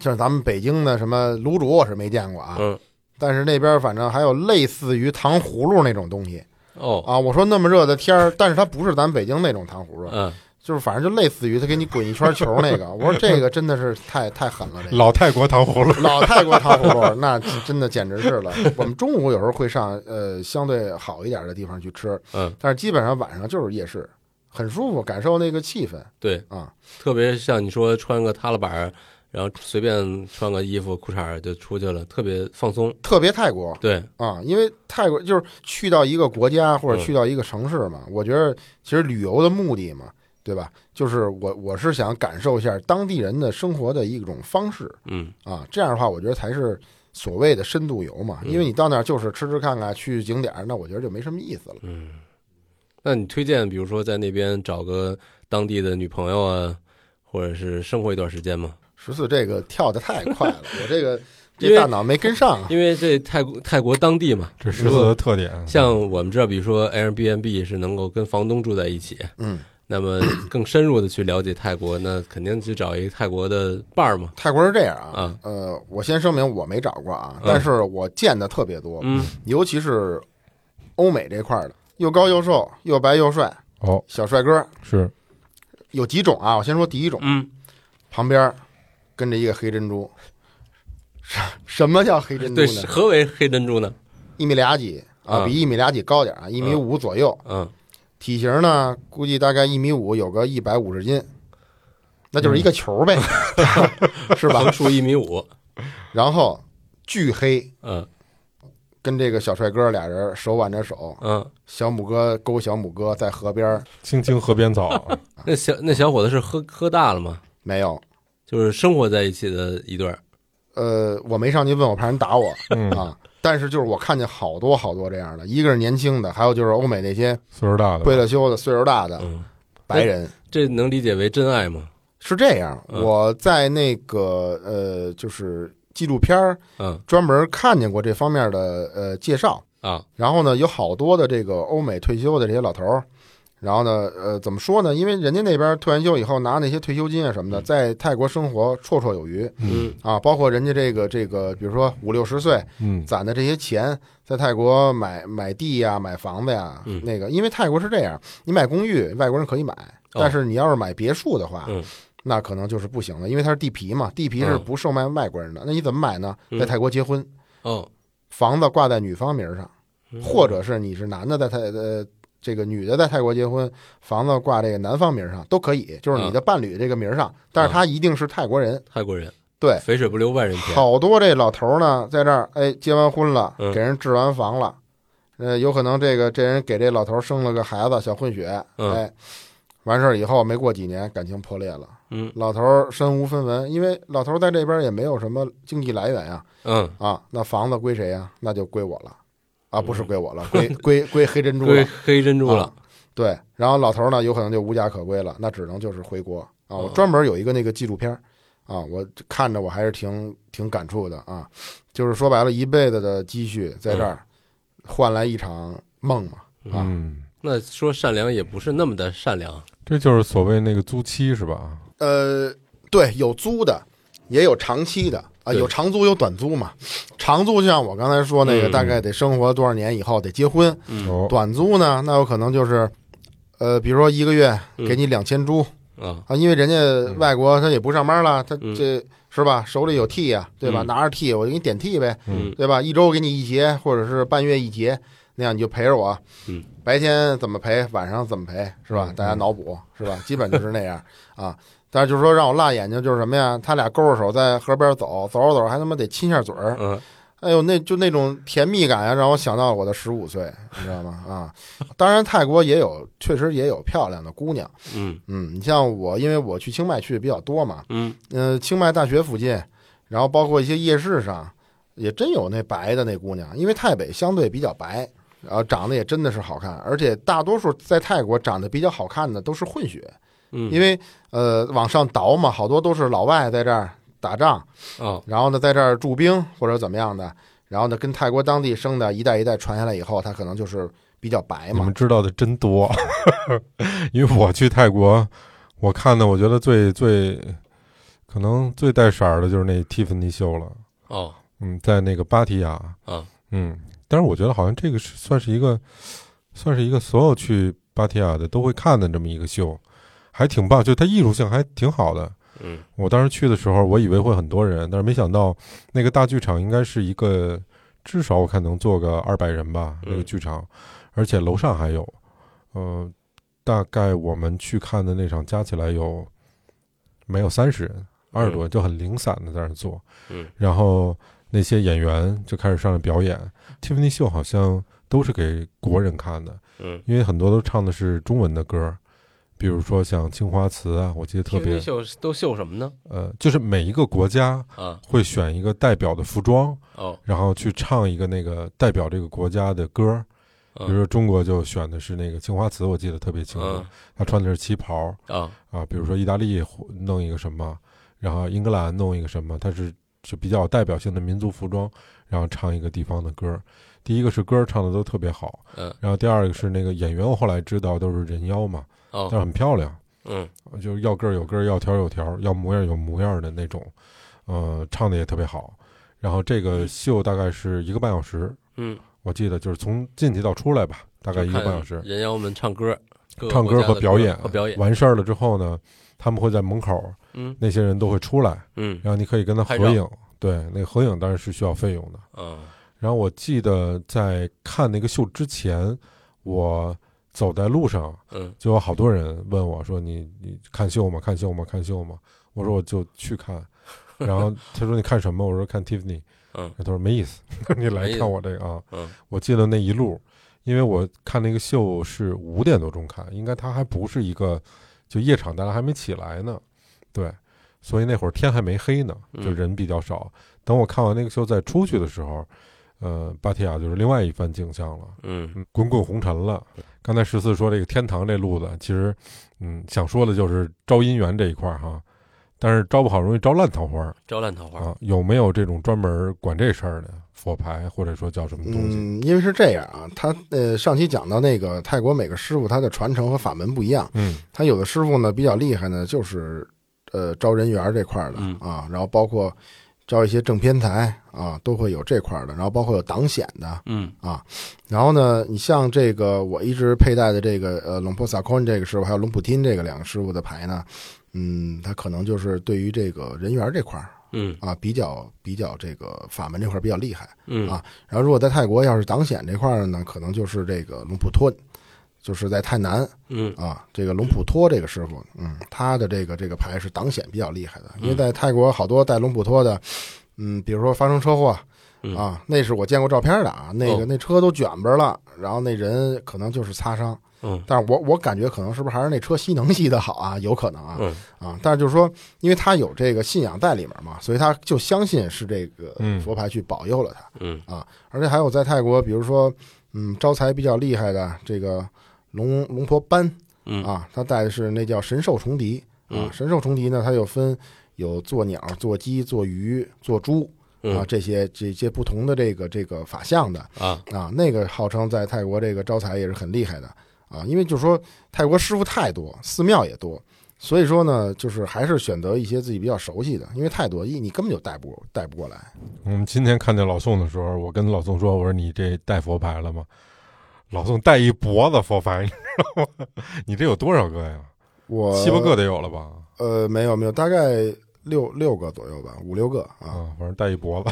A: 像咱们北京的什么卤煮我是没见过啊，
C: 嗯，
A: 但是那边反正还有类似于糖葫芦那种东西
C: 哦，
A: 啊。我说那么热的天儿，但是它不是咱北京那种糖葫芦，
C: 嗯，
A: 就是反正就类似于它给你滚一圈球那个。我说这个真的是太太狠了，这个。
B: 老泰国糖葫芦。
A: 老泰国糖葫芦，那真的简直是了。我们中午有时候会上呃相对好一点的地方去吃，
C: 嗯，
A: 但是基本上晚上就是夜市，很舒服，感受那个气氛
C: 对，
A: 啊。
C: 特别像你说穿个踏拉板儿，然后随便穿个衣服、裤衩儿就出去了，特别放松。
A: 特别泰国
C: 对，
A: 啊，因为泰国就是去到一个国家
C: 嗯
A: 或者去到一个城市嘛，我觉得其实旅游的目的嘛，对吧？就是我我是想感受一下当地人的生活的一种方式，
C: 嗯，
A: 啊，这样的话，我觉得才是所谓的深度游嘛。
C: 嗯
A: 因为你到那儿就是吃吃看看，去景点儿，那我觉得就没什么意思
C: 嗯
A: 了。
C: 那你推荐，比如说在那边找个当地的女朋友啊，或者是生活一段时间吗？
A: 十四这个跳的太快了，我这个
C: 因
A: 这
C: 为
A: 大脑没跟上啊。
C: 因为这泰国泰国当地嘛，
B: 这十四的特点，
C: 像我们知道，比如说 Airbnb 是能够跟房东住在一起，
A: 嗯，
C: 那么更深入的去了解泰国，那肯定去找一个泰国的伴儿嘛。
A: 泰国是这样啊
C: 啊，
A: 呃，我先声明我没找过啊
C: 嗯，
A: 但是我见的特别多，
C: 嗯，
A: 尤其是欧美这块儿的，又高又瘦又白又帅
B: 哦，
A: 小帅哥
B: 是
C: 哎
A: 有几种啊？我先说第一种，
C: 嗯，
A: 旁边跟着一个黑珍珠，什么叫黑珍珠
C: 对，
A: 呢？啊
C: 何为黑珍珠呢？
A: 一米俩几啊，
C: 嗯
A: 比一米俩几高点儿啊，一米五左右。
C: 嗯，
A: 体型呢，估计大概一米五，有个一百五十斤，那就是一个球儿呗，是吧
C: 横？竖一米五，
A: 然后巨黑，
C: 嗯
A: 跟这个小帅哥俩人手挽着手，
C: 嗯，
A: 小母哥勾小母哥在河边儿
B: 青青河边草，
C: 那小那小伙子是喝喝大了吗？
A: 没有。
C: 就是生活在一起的一对儿，
A: 呃，我没上去问，我怕人打我
B: 嗯，
A: 啊。但是就是我看见好多好多这样的，一个是年轻的，还有就是欧美那些
B: 岁数大的吧
A: 灰了羞的、岁数大的
C: 嗯，
A: 白人。
C: 这能理解为真爱吗？
A: 是这样，
C: 嗯
A: 我在那个呃，就是纪录片儿
C: 嗯
A: 专门看见过这方面的呃介绍。
C: 啊，
A: 然后呢，有好多的这个欧美退休的这些老头儿，然后呢，呃，怎么说呢？因为人家那边退完休以后拿那些退休金啊什么的，在泰国生活绰绰有余
C: 嗯
A: 啊，包括人家这个这个，比如说五六十岁
B: 嗯
A: 攒的这些钱，在泰国买买地呀、买房子呀，
C: 嗯
A: 那个，因为泰国是这样，你买公寓，外国人可以买，但是你要是买别墅的话，
C: 哦嗯
A: 那可能就是不行了，因为它是地皮嘛，地皮是
C: 嗯
A: 不售卖外国人的，那你怎么买呢？
C: 嗯
A: 在泰国结婚，
C: 哦，
A: 房子挂在女方名儿上，
C: 嗯
A: 或者是你是男的在泰呃这个女的在泰国结婚，房子挂这个男方名儿上都可以，
C: 嗯
A: 就是你的伴侣这个名儿上，但是他一定是泰国人。
C: 泰国人
A: 对，
C: 肥水不流外人田，
A: 好多这老头儿呢在这儿，哎，结完婚了，
C: 嗯
A: 给人置完房了，呃，有可能这个这人给这老头儿生了个孩子，小混血，
C: 嗯
A: 哎。完事儿以后，没过几年，感情破裂了。
C: 嗯
A: 老头儿身无分文，因为老头儿在这边也没有什么经济来源呀、
C: 嗯，
A: 啊，那房子归谁呀、那就归我了，啊，不是归我 了，归归归黑珍珠
C: 归
A: 了。
C: 黑珍珠
A: 啊
C: 了，
A: 对，然后老头儿呢，有可能就无家可归了，那只能就是回国啊。我
C: 嗯
A: 专门有一个那个纪录片儿啊，我看着我还是挺挺感触的啊，就是说白了，一辈子的积蓄在这儿
C: 嗯
A: 换来一场梦嘛啊，
B: 嗯，
C: 那说善良也不是那么的善良，
B: 这就是所谓那个租期是吧？
A: 呃，对，有租的，也有长期的。啊，
C: 对
A: 有长租有短租嘛，长租就像我刚才说那个，
C: 嗯
A: 大概得生活多少年以后得结婚，
B: 哦，
A: 短租呢，那有可能就是，呃，比如说一个月
C: 嗯
A: 给你两千铢
C: 啊，
A: 啊，因为人家外国他也不上班了，他
C: 嗯
A: 这是吧，手里有 T 呀、对吧？
C: 嗯
A: 拿着 T 我就给你点 T 呗，
C: 嗯
A: 对吧？一周给你一节，或者是半月一节，那样你就陪着我啊
C: 嗯，
A: 白天怎么陪，晚上怎么陪，是吧？
B: 嗯
A: 大家脑补是吧？基本就是那样 啊。但是就是说让我辣眼睛就是什么呀？他俩勾着手在河边走，走着走着还他妈得亲下嘴儿，
C: 嗯
A: 哎呦，那就那种甜蜜感啊呀，让我想到我的十五岁，你知道吗？啊，当然泰国也有，确实也有漂亮的姑娘。
C: 嗯
A: 嗯，你像我，因为我去清迈去的比较多嘛，
C: 嗯
A: 嗯，清迈大学附近，然后包括一些夜市上，也真有那白的那姑娘。因为泰北相对比较白，然后长得也真的是好看，而且大多数在泰国长得比较好看的都是混血，
C: 嗯，
A: 因为呃往上倒嘛，好多都是老外在这儿打仗，
C: 哦，
A: 然后呢，在这儿驻兵或者怎么样的，然后呢，跟泰国当地生的一代一代传下来以后，他可能就是比较白
B: 你
A: 嘛
B: 们。知道的真多， 因为我去泰国，我看的我觉得最最可能最带色儿的就是那蒂芙尼秀了。
C: 哦，
B: 嗯，在那个芭提雅，
C: 啊，
B: 嗯，但是我觉得好像这个是算是一个，算是一个所有去芭提雅的都会看的这么一个秀，还挺棒，就它艺术性还挺好的。
C: 嗯，
B: 我当时去的时候，我以为会很多人，但是没想到那个大剧场应该是一个，至少我看能坐个二百人吧，
C: 嗯
B: 那个剧场，而且楼上还有，呃，大概我们去看的那场加起来有没有三十人，二十多人就很零散的在那儿坐，
C: 嗯，
B: 然后那些演员就开始上来表演。Tiffany 秀好像都是给国人看的，
C: 嗯，
B: 因为很多都唱的是中文的歌，比如说像《青花瓷》啊，我记得特别
C: 天，秀是都秀什么呢？
B: 呃，就是每一个国家
C: 啊，
B: 会选一个代表的服装，
C: 哦，
B: 然后去唱一个那个代表这个国家的歌。比
C: 嗯
B: 如说中国就选的是那个青花瓷，我记得特别清楚
C: 嗯，
B: 他穿的是旗袍
C: 啊，
B: 啊。比如说意大利弄一个什么，然后英格兰弄一个什么，它是就比较有代表性的民族服装，然后唱一个地方的歌。第一个是歌唱的都特别好，
C: 嗯，
B: 然后第二个是那个演员，我后来知道都是人妖嘛，但是
C: 哦，
B: 很漂亮，
C: 嗯
B: 就是要个儿有个儿，要条儿有条儿，要模样儿有模样儿的那种，呃，唱的也特别好。然后这个秀大概是一个半小时，
C: 嗯，
B: 我记得就是从进去到出来吧，大概一个半小时
C: 就看，人妖们唱歌，各个
B: 唱歌
C: 国家
B: 和
C: 的
B: 表演
C: 和表演，
B: 完事儿了之后呢，他们会在门口，
C: 嗯
B: 那些人都会出来，
C: 嗯
B: 然后你可以跟他
C: 拍
B: 合
C: 照
B: 影，对，那个合影当然是需要费用的。
C: 嗯
B: 然后我记得在看那个秀之前，我走在路上，
C: 嗯
B: 就有好多人问我说你：“你看秀吗？看秀吗？看秀吗？”我说：“我就去 看。”然后他说：“你看什么？”我说：“看 Tiffany。”
C: 嗯
B: 他说：“没 意思，你
C: 没意
B: 来
C: 思
B: 看我这个啊。”
C: 嗯，
B: 我记得那一路，因为我看那个秀是五点多钟看，应该它还不是一个就夜场，大家还没起来呢，对，所以那会儿天还没黑呢，就
C: 嗯
B: 人比较少。等我看完那个秀再出去的时候，呃，芭提雅就是另外一番景象了。
C: 嗯
B: 嗯，滚滚红尘了。刚才十四说这个天堂这路子，其实，嗯，想说的就是招姻缘这一块儿哈，但是招不好容易招烂桃花儿
C: 招烂桃花，
B: 啊。有没有这种专门管这事儿的佛牌，或者说叫什么东西？
A: 嗯，因为是这样啊，他呃上期讲到那个泰国每个师傅他的传承和法门不一样，
B: 嗯
A: 他有的师傅呢比较厉害呢，就是呃招人缘儿这块儿的、
C: 嗯
A: 啊，然后包括招一些正偏财啊，都会有这块儿的，然后包括有挡险的，啊
C: 嗯
A: 然后呢，你像这个我一直佩戴的这个呃龙婆萨坤这个师傅，还有龙普汀这个两个师傅的牌呢，嗯，他可能就是对于这个人缘这块儿
C: 嗯
A: 啊，比较比较这个法门这块儿比较厉害。
C: 嗯
A: 啊然后如果在泰国要是挡险这块儿呢，可能就是这个龙普吞，就是在泰南
C: 嗯
A: 啊，这个龙普托这个师傅，嗯，他的这个这个牌是挡险比较厉害的，因为在泰国好多带龙普托的，嗯，比如说发生车祸
C: 嗯
A: 啊，那是我见过照片的啊，那
C: 哦
A: 个那车都卷巴了，然后那人可能就是擦伤，
C: 嗯
A: 但是我我感觉可能是不是还是那车吸能吸的好啊，有可能啊
C: 嗯
A: 啊，但是就是说，因为他有这个信仰在里面嘛，所以他就相信是这个
B: 嗯
A: 佛牌去保佑了他，啊
C: 嗯
A: 而且还有在泰国，比如说，嗯，招财比较厉害的这个龙龙婆斑。
C: 嗯
A: 啊，它带的是那叫神兽虫笛啊
C: 嗯。
A: 神兽虫笛呢，它又分有做鸟、做鸡、做鱼、做猪啊
C: 嗯
A: 这些这些不同的这个这个法相的
C: 啊
A: 啊。那个号称在泰国这个招财也是很厉害的啊，因为就说泰国师傅太多，寺庙也多。所以说呢，就是还是选择一些自己比较熟悉的，因为太多，一你根本就带不带不过来。
B: 我们今天看见老宋的时候，我跟老宋说：“我说你这带佛牌了吗？”老宋带一脖子佛牌，你知道吗？ 你这有多少个呀？
A: 我
B: 七八个得有了吧？
A: 呃，没有没有，大概六六个左右吧，五六个啊。
B: 啊，反正带一脖子。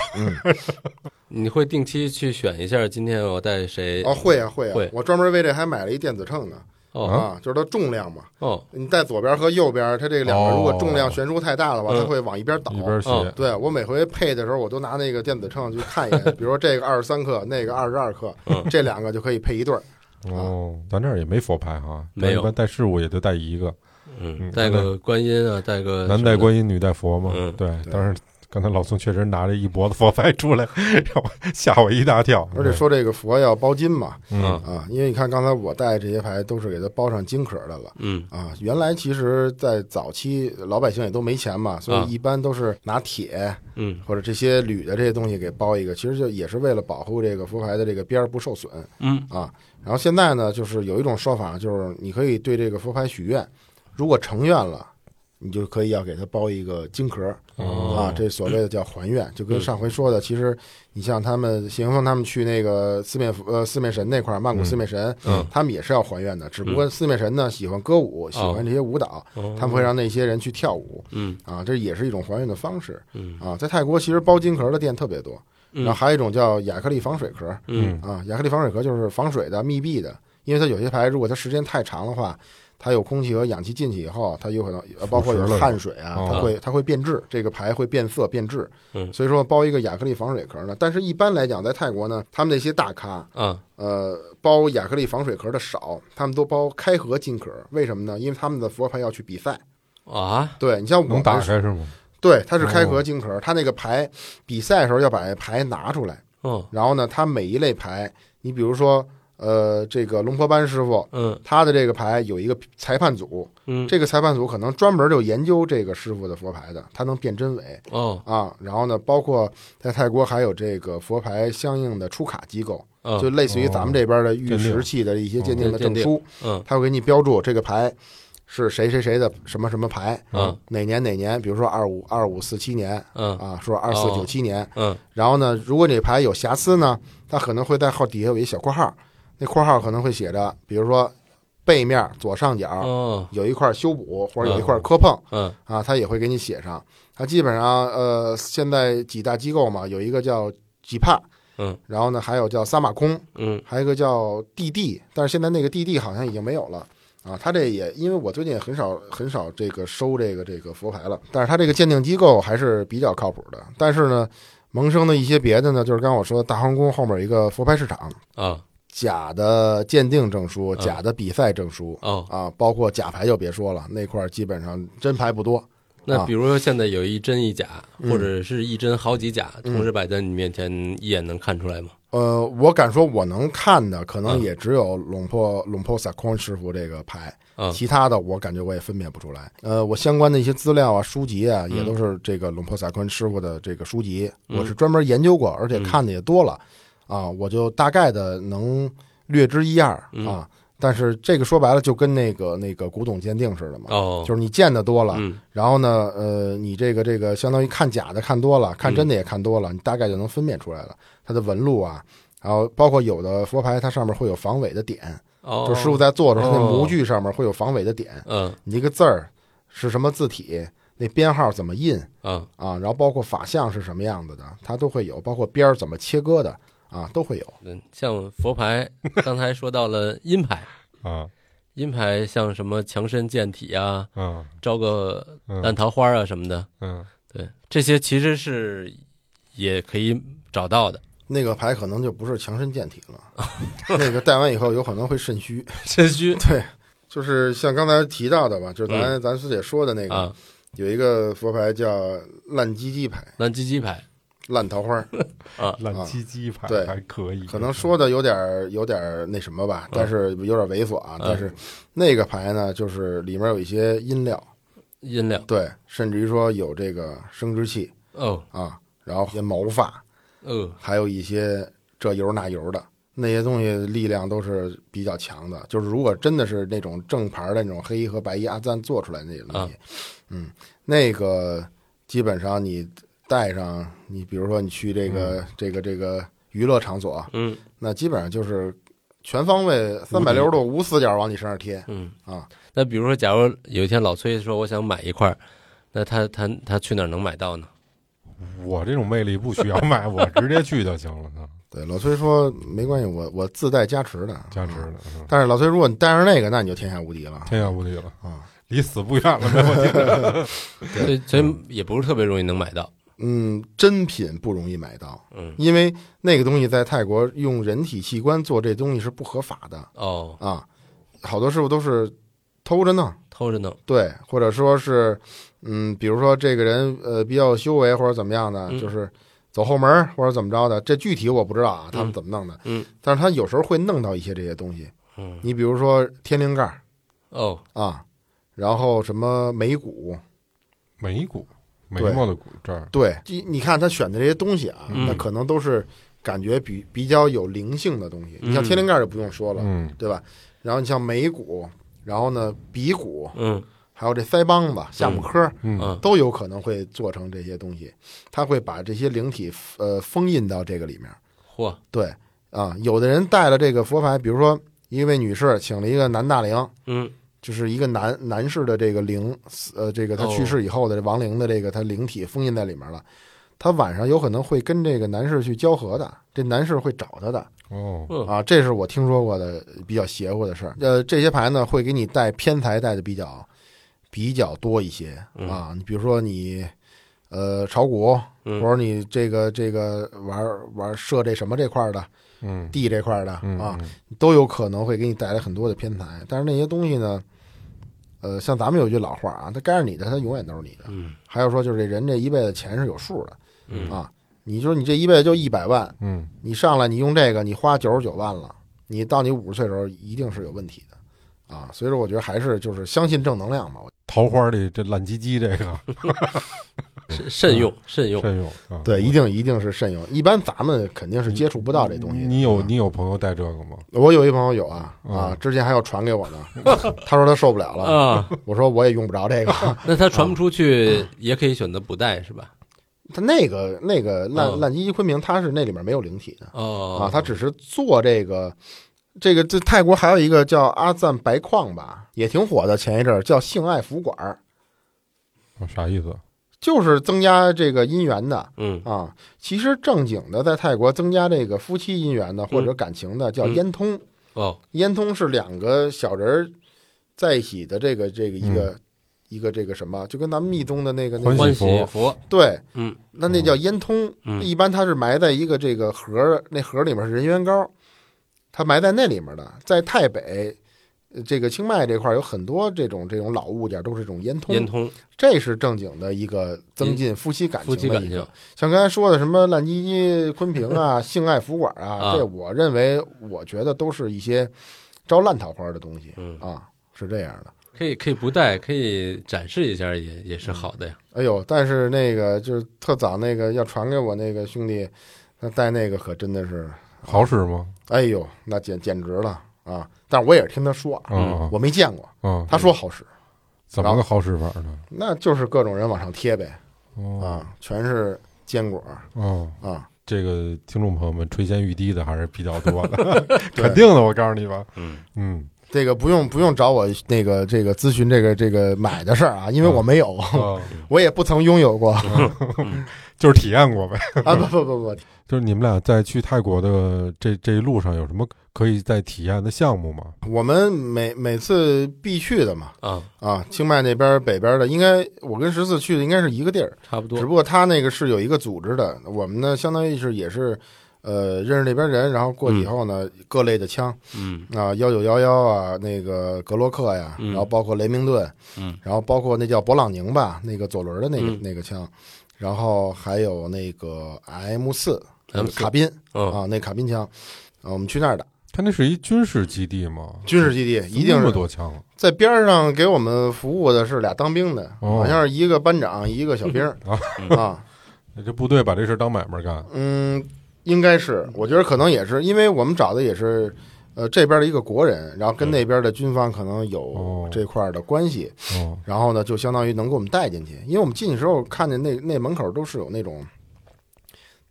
C: 你会定期去选一下，今天我带谁？
A: 哦，会啊会啊
C: 嗯会，
A: 我专门为这还买了一电子秤呢。
C: 哦
A: 啊，就是它重量嘛，
C: 哦，
A: 你带左边和右边，它这两个
B: 哦
A: 如果重量悬殊太大的话，
C: 嗯
A: 它会往一边倒。
B: 一边斜，
C: 哦
A: 对我每回配的时候，我都拿那个电子秤去看一眼，比如说这个二十三克，那个二十二克，
C: 嗯
A: 这两个就可以配一对儿。
B: 哦，咱这儿也没佛牌哈，咱
C: 没有
B: 一般带事物也就带一个，
C: 嗯，
B: 嗯
C: 带个观音啊，带个
B: 男带观音，女带佛嘛。
C: 嗯
B: 对，
A: 对
B: 当然，刚才老宋确实拿着一脖子佛牌出来，让我吓我一大跳。
A: 而且说这个佛要包金嘛，
B: 对，嗯
C: 啊
A: 啊，因为你看刚才我带这些牌都是给它包上金壳的了。
C: 嗯
A: 啊，原来其实，在早期老百姓也都没钱嘛，所
B: 嗯
C: 啊
A: 以一般都是拿铁
C: 嗯
A: 或者这些铝的这些东西给包一个，其实就也是为了保护这个佛牌的这个边儿不受损。
F: 嗯
A: 啊，然后现在呢，就是有一种说法，就是你可以对这个佛牌许愿，如果成愿了，你就可以要给它包一个金壳、
C: 哦嗯
A: 啊，这所谓的叫还愿，就跟上回说的，其实你像他们谢霆锋他们去那个四面佛呃四面神那块儿，曼谷四面神，
C: 嗯
A: 他们也是要还愿的，只不过四面神呢喜欢歌舞，喜欢这些舞蹈，
C: 哦
A: 他们会让那些人去跳舞
C: 嗯
A: 啊，这也是一种还愿的方式
C: 嗯
A: 啊，在泰国其实包金壳的店特别多，然后还有一种叫亚克力防水壳。
C: 嗯
A: 啊，亚克力防水壳就是防水的、密闭的，因为它有些牌如果它时间太长的话，它有空气和氧气进去以后，它有可能呃包括有
B: 腐蚀了
A: 汗水啊，
B: 哦
A: 它会它会变质，这个牌会变色变质。
C: 嗯
A: 所以说包一个亚克力防水壳呢，但是一般来讲，在泰国呢，他们那些大咖，
C: 啊
A: 呃，包亚克力防水壳的少，他们都包开合金壳，为什么呢？因为他们的佛牌要去比赛。
C: 啊
A: 对你像我
B: 能打
A: 们是，
B: 开是哦吗？
A: 对，它是开合金壳，它那个牌比赛的时候要把牌拿出来。
C: 哦
A: 然后呢，它每一类牌，你比如说，呃，这个龙婆班师傅，
C: 嗯
A: 他的这个牌有一个裁判组，
C: 嗯
A: 这个裁判组可能专门就研究这个师傅的佛牌的，他能辨真伪
C: 哦
A: 啊。然后呢，包括在泰国还有这个佛牌相应的出卡机构，
C: 啊哦
A: 就类似于咱们这边的玉
B: 鉴定
A: 石器的一些鉴定的
C: 鉴
A: 证
C: 定
A: 书，
C: 嗯
A: 他会给你标注这个牌是谁谁谁的什么什么牌，
C: 嗯
A: 哪年哪年，比如说二五二五四七年
C: 嗯
A: 啊，说二四九七年。
C: 嗯
A: 然后呢，如果你牌有瑕疵呢，它可能会在号底下有一小括号，那括号可能会写着，比如说背面左上角
C: 哦，
A: 有一块修补或者有一块磕碰
C: 嗯
A: 啊，它也会给你写上。它基本上呃，现在几大机构嘛，有一个叫吉帕，
C: 嗯，
A: 然后呢还有叫撒马空，
C: 嗯
A: 还有一个叫 DD，但是现在那个 DD 好像已经没有了啊。他这也因为我最近也很少很少这个收这个这个佛牌了，但是他这个鉴定机构还是比较靠谱的。但是呢，萌生的一些别的呢，就是刚刚我说的大皇宫后面有一个佛牌市场，
C: 啊
A: 假的鉴定证书、
C: 嗯
A: 假的比赛证书
C: 哦，
A: 啊，包括假牌就别说了，那块儿基本上真牌不多。
C: 那比如说现在有一真一假，
A: 啊嗯
C: 或者是一真好几假，
A: 嗯
C: 同时摆在你面前，一眼能看出来吗？
A: 呃，我敢说，我能看的可能
C: 嗯
A: 也只有龙破龙破萨空师傅这个牌，
C: 嗯
A: 其他的我感觉我也分辨不出来。呃，我相关的一些资料啊、书籍啊，也
C: 嗯
A: 都是这个龙破萨空师傅的这个书籍，
C: 嗯
A: 我是专门研究过，而且
C: 嗯
A: 看的也多了，啊，我就大概的能略知一二
C: 嗯
A: 啊。但是这个说白了，就跟那个那个古董鉴定似的嘛，
C: 哦，
A: 就是你见的多了，
C: 嗯
A: 然后呢，呃，你这个这个相当于看假的看多
C: 嗯
A: 了，看真的也看多了，你大概就能分辨出来了。它的纹路啊，然后包括有的佛牌，它上面会有防伪的点，
C: 哦，
A: 就师傅在做的时候，那
C: 哦
A: 模具上面会有防伪的点，
C: 嗯
A: 你这个字儿是什么字体，那编号怎么印
C: 嗯
A: 啊，然后包括法相是什么样子的，它都会有，包括边儿怎么切割的啊，都会有。
C: 嗯，像 佛牌，刚才说到了阴牌，
B: 啊
C: 阴牌像什么强身健体啊，
B: 啊
C: 招个烂
B: 嗯
C: 桃花啊什么的，
B: 嗯
C: 对，这些其实是也可以找到 的。
A: 那个牌可能就不是强身健体 了，那个戴完以后有可能会肾虚。
C: 肾虚
A: 对，就是像刚才提到的吧，就是咱、咱师姐说的那个，
C: 嗯啊，
A: 有一个佛牌叫烂鸡鸡牌，
C: 烂鸡鸡牌，
A: 烂桃 花儿，
B: 烂七七牌
A: 对
B: 还可以，
A: 可能说的有点儿有点儿那什么吧，但是有点儿猥琐啊。
C: 嗯
A: 但是那个牌呢，就是里面有一些阴料，
C: 阴料
A: 对，甚至于说有这个生殖器
C: 哦，
A: 啊，然后一些毛发，
C: 呃，
A: 还有一些这油那油的。那些东西力量都是比较强的，就是如果真的是那种正牌儿的那种黑衣和白衣阿赞做出来的那种
C: 啊
A: 东西，嗯，那个基本上你带上，你比如说你去这个、这个这个娱乐场所，
C: 嗯
A: 那基本上就是全方位三百六十度无死角往你身上贴
C: 嗯
A: 啊。
C: 那比如说，假如有一天老崔说我想买一块儿，那他他他去哪儿能买到呢？
B: 我这种魅力不需要买，我直接去就行了，啊
A: 对，老崔说没关系，我我自带加持的，
B: 加持
A: 啊。
B: 的，嗯
A: 但是老崔，如果你带上那个，那你就天下无敌了。
B: 天下无敌了
A: 啊！
B: 离死不远了，没问 题。
C: 所以所
B: 嗯
C: 以也不是特别容易能买到。
A: 嗯，真品不容易买到，
C: 嗯
A: 因为那个东西在泰国用人体器官做这东西是不合法的
C: 哦，
A: 啊，好多师傅都是偷着弄。
C: 偷着弄，
A: 对，或者说是，嗯，比如说这个人呃比较有修为或者怎么样的，
C: 嗯
A: 就是走后门儿或者怎么着的，这具体我不知道啊，他们怎么弄的。
C: 嗯
A: 但是他有时候会弄到一些这些东西，
C: 嗯
A: 你比如说天灵盖儿
C: 哦，
A: 啊，然后什么眉骨，
B: 眉骨，眉
A: 对
B: 毛的骨这儿，
A: 对，你你看他选的这些东西啊，
C: 嗯
A: 那可能都是感觉比比较有灵性的东西。你像
C: 嗯
A: 天灵盖儿就不用说了，
B: 嗯
A: 对吧？然后你像眉骨，然后呢鼻骨，
C: 嗯
A: 还有这腮帮子、下巴颏儿。
B: 嗯
C: 嗯
A: 都有可能会做成这些东西，他会把这些灵体呃封印到这个里面。
C: 嚯，
A: 对啊，有的人带了这个佛牌，比如说一位女士请了一个男大灵，
C: 嗯
A: 就是一个男男士的这个灵，呃，这个他
C: 哦
A: 去世以后的这亡灵的这个他灵体封印在里面了。他晚上有可能会跟这个男士去交合的，这男士会找他的
B: 哦，
C: 哦，
A: 啊，这是我听说过的比较邪乎的事儿。呃，这些牌呢会给你带偏财带的比较比较多一些
C: 嗯
A: 啊，你比如说你呃炒股，或
C: 嗯
A: 者你这个这个玩玩射这什么这块儿的
B: 嗯
A: 地这块儿的
B: 嗯
A: 啊，
B: 嗯
A: 都有可能会给你带来很多的偏财。但是那些东西呢，呃，像咱们有句老话啊，它该是你的，它永远都是你的。
C: 嗯
A: 还有说就是这人这一辈子钱是有数的，
C: 嗯
A: 啊你就是你这一辈子就一百万，
B: 嗯，
A: 你上来你用这个，你花九十九万了，你到你五十岁的时候一定是有问题的啊。所以说，我觉得还是就是相信正能量嘛。我
B: 桃花里这烂鸡鸡这个
C: 慎慎用慎用，
B: 嗯慎用啊，
A: 对，一定一定是慎用。一般咱们肯定是接触不到这东西的。
B: 你有
A: 啊
B: 你有朋友带这个吗？
A: 我有一朋友有啊啊
B: 嗯，
A: 之前还要传给我呢，他说他受不了了，
C: 啊，
A: 我说我也用不着这个。
B: 嗯
C: 那他传不出去，也可以选择不带是吧？
A: 他那个那个烂
C: 嗯
B: 嗯
A: 啊烂鸡鸡昆明，它是那里面没有灵体的
C: 哦
A: 啊，它只是做这个这个这泰国还有一个叫阿赞白矿吧，也挺火的，前一阵儿叫性爱服管儿，
B: 哦啥意思？
A: 就是增加这个姻缘的
C: 嗯
A: 啊。其实正经的在泰国增加这个夫妻姻缘的或者感情的叫
C: 嗯
A: 烟通，
C: 哦
A: 烟通是两个小人儿在一起的这个这个一
C: 嗯
A: 个、一个这个什么，就跟咱们密宗的那个那
B: 欢
A: 个
C: 欢
B: 喜
C: 喜福
A: 对，
C: 嗯，
A: 那那叫烟通，
C: 嗯
A: 一般它是埋在一个这个盒儿，那盒儿里面是人缘膏，它埋在那里面的。在太北，呃这个清迈这块儿有很多这种这种老物件，都是这种烟通，
C: 烟通
A: 这是正经的一个增进夫妻感
C: 嗯夫
A: 情
C: 妻
A: 的
C: 感
A: 一
C: 情
A: 个。像刚才说的什么烂唧唧、昆平 啊、性爱服管
C: 啊
A: 啊，这我认为我觉得都是一些招烂桃花的东西
C: 嗯
A: 啊，是这样的。
C: 可以可以不带，可以展示一下也也是好的呀。
A: 哎呦，但是那个就是特早那个要传给我那个兄弟，他戴那个可真的是，
B: 好使吗？
A: 哎呦，那简简直了啊！但是我也是听他说啊，
B: 啊
A: 我没见过，
B: 啊，
A: 他说好使，
B: 怎么个好使法呢？
A: 那就是各种人往上贴呗
C: 嗯
B: 哦
A: 啊，全是坚果
B: 哦，
A: 啊，
B: 这个听众朋友们垂涎欲滴的还是比较多 的，肯定的，我告诉你吧。
C: 嗯
B: 嗯，
A: 这个不用不用找我那个这个咨询这个这个买的事儿啊，因为我没有，
B: 啊，
A: 我也不曾拥有过啊，
B: 就是体验过呗。
A: 不不不不，
B: 就是你们俩在去泰国的这这一路上有什么可以在体验的项目吗？
A: 我们每每次必去的嘛
C: 啊，
A: 啊，清迈那边北边的，应该我跟十四去的应该是一个地儿。
C: 差不
A: 只
C: 多。
A: 不过他那个是有一个组织的，我们呢相当于是也是，呃，认识那边人，然后过去以后呢，各类的枪
C: 嗯
A: 啊，幺九幺幺啊，那个格洛克呀，
C: 嗯
A: 然后包括雷明顿，
C: 嗯，
A: 然后包括那叫勃朗宁吧，那个左轮的那个、
C: 嗯
A: 那个枪，然后还有那个 M 四
C: M4
A: 卡宾
C: 嗯，
A: 啊，那卡宾枪。啊，我们去那儿打
B: 他那是一军事基地吗？
A: 军事基地，一定
B: 那么
A: 是
B: 多枪啊
A: 在边儿上给我们服务的是俩当兵的，
B: 哦
A: 好像是一个班长，一个小兵儿
B: 啊
A: 啊，
B: 那这部队把这事儿当买 卖干。
A: 嗯，应该是，我觉得可能也是，因为我们找的也是，呃，这边的一个国人，然后跟那边的军方可能
B: 嗯哦
A: 有这块儿的关系，
B: 哦，
A: 然后呢，就相当于能给我们带进去，因为我们进去时候看见那那门口都是有那种，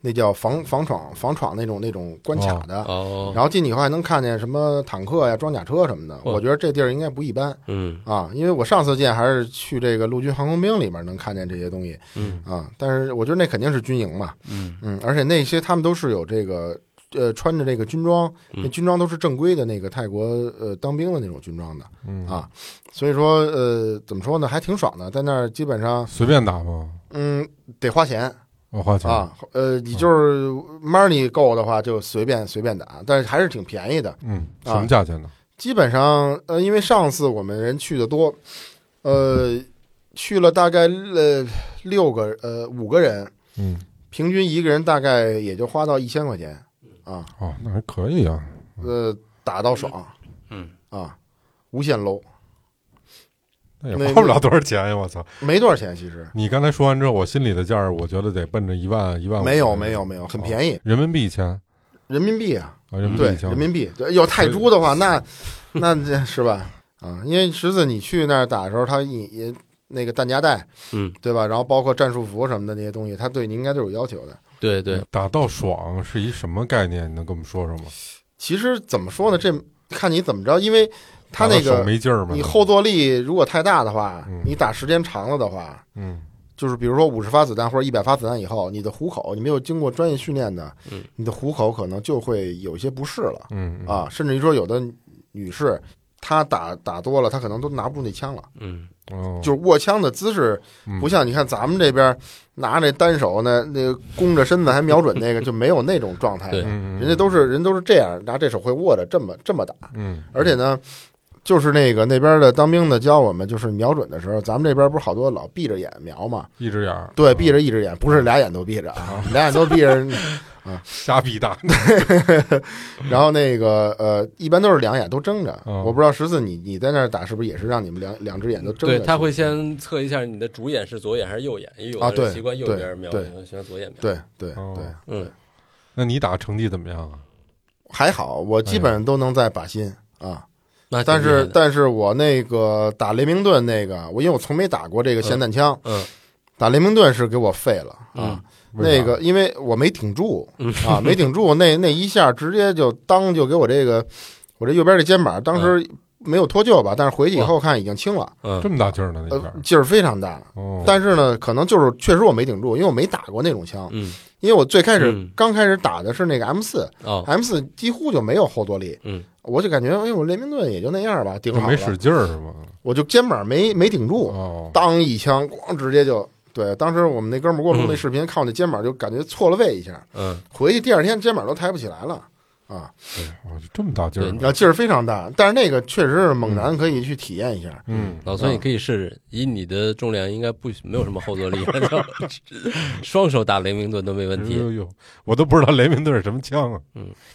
A: 那叫防防闯防闯那种那种关卡的，
C: 哦，
A: 然后进去以后还能看见什么坦克呀、装甲车什么的，
C: 哦
A: 我觉得这地儿应该不一般。
C: 嗯
A: 啊，因为我上次见还是去这个陆军航空兵里面能看见这些东西，
C: 嗯
A: 啊，但是我觉得那肯定是军营嘛，
C: 嗯
A: 嗯，而且那些他们都是有这个呃穿着这个军装，
C: 嗯
A: 那军装都是正规的那个泰国呃当兵的那种军装的，
B: 嗯
A: 啊所以说呃怎么说呢，还挺爽的，在那儿基本上
B: 随便打吗？
A: 嗯得花钱
B: 我花钱。
A: 啊，呃你就是 money 够的话就随便随便打，但是还是挺便宜的，
B: 嗯，什
A: 啊
B: 么价钱呢？
A: 基本上，呃，因为上次我们人去的多，呃，去了大概呃六个呃五个人，
B: 嗯，
A: 平均一个人大概也就花到一千块钱啊，
B: 哦，那还可以啊。
A: 呃，打到爽
C: 嗯
A: 啊，无限搂，
B: 那也
A: 那
B: 花不了多少钱呀！我操！
A: 没多少钱其实，
B: 你刚才说完之后，我心里的价儿，我觉得得奔着一万、一万五。
A: 没有没有没有，很
B: 宜。
A: 便宜，
B: 人民币钱啊，
A: 人民币啊，
B: 人民币
A: 对，
B: 钱。
A: 人民币，对有泰铢的话， 那那这是吧？啊，因为十字你去那儿打的时候，他也也那个弹夹带，
C: 嗯，
A: 对吧？然后包括战术服什么的那些东西，他对你应该都有要求的。
C: 对
A: 嗯
C: 对，
B: 打到爽是一什么概念？你能跟我们说说吗？
A: 其实怎么说呢？这看你怎么着，因为他那
B: 打到手
A: 个
B: 没劲儿吗？
A: 你后坐力如果太大的话
B: 嗯，
A: 你打时间长了的话，
B: 嗯
A: 就是比如说五十发子弹或者一百发子弹以后，你的虎口你没有经过专业训练的
C: 嗯，
A: 你的虎口可能就会有一些不适了
B: 嗯
A: 啊，甚至于说有的女士。她打打多了，她可能都拿不住那枪了，
C: 嗯
B: 哦嗯
A: 就是握枪的姿势不像你看咱们这边拿着单手呢，那个弓着身子还瞄准那 个，就没有那种状态
C: 对
A: 了。
B: 嗯
A: 人家都是人都是这样，拿这手会握着这么这么打，
B: 嗯
A: 而且呢，就是那个那边的当兵的教我们，就是瞄准的时候，咱们这边不是好多老闭着眼瞄嘛？
B: 一只眼儿
A: 对，闭着一只眼，不是俩眼都闭着啊，俩眼都闭着。
B: 瞎逼大，
A: 然后那个呃，一般都是两眼都睁着。
B: 嗯
A: 我不知道十四你你在那儿打是不是也是让你们两两只眼都睁着？
C: 对，他会先测一下你的主眼是左眼还是右眼，因为有
A: 啊
C: 的人
A: 对
C: 习惯右
A: 对
C: 边瞄，
A: 对
C: 有的喜欢左眼瞄。
A: 对对
B: 哦
A: 对，
C: 嗯，
B: 那你打成绩怎么样啊？
A: 还好我
B: 哎
A: 基本上都能在靶心啊。
C: 那挺
A: 但
C: 厉害
A: 是
C: 的
A: 但是我那个打雷明顿那个，我因为我从没打过这个霰弹枪，
C: 嗯
A: 打雷明顿是给我废了啊
C: 嗯。
B: 为啥
A: 那个因为我没挺住
C: 嗯
A: 啊，没挺住，那那一下直接就当就给我这个。我这右边这肩膀当时没有脱臼吧，但是回去以后看已经青了，
C: 嗯
B: 这么大劲儿呢那
A: 呃
B: 边，，
A: 劲儿非常大。
B: 哦，
A: 但是呢，可能就是确实我没顶住，因为我没打过那种枪，
C: 嗯
A: 因为我最开始
C: 嗯
A: 刚开始打的是那个 M 四
C: 哦
A: ，M 四几乎就没有后坐力，
C: 嗯，
A: 我就感觉哎，我雷明顿也就那样吧，顶
B: 就
A: 好
B: 没
A: 了，
B: 使劲儿是吗？
A: 我就肩膀没没顶住，
B: 哦，
A: 当一枪，咣，直接就对。当时我们那哥们儿给我录那视频，看我那肩膀就感觉错了位一下，
C: 嗯，
A: 回去第二天肩膀都抬不起来了啊，
B: 哦就这么大劲儿
A: 然后
B: 呢，
A: 劲儿非常大。但是那个确实是猛
C: 嗯
A: 男可以去体验一下，
B: 嗯，
C: 老
A: 啊
C: 孙，你可以试试，以你的重量，应该不没有什么后坐力， 双手打雷明顿都没问
A: 嗯
C: 题。
B: 哎呦呦，我都不知道雷明顿是什么枪啊，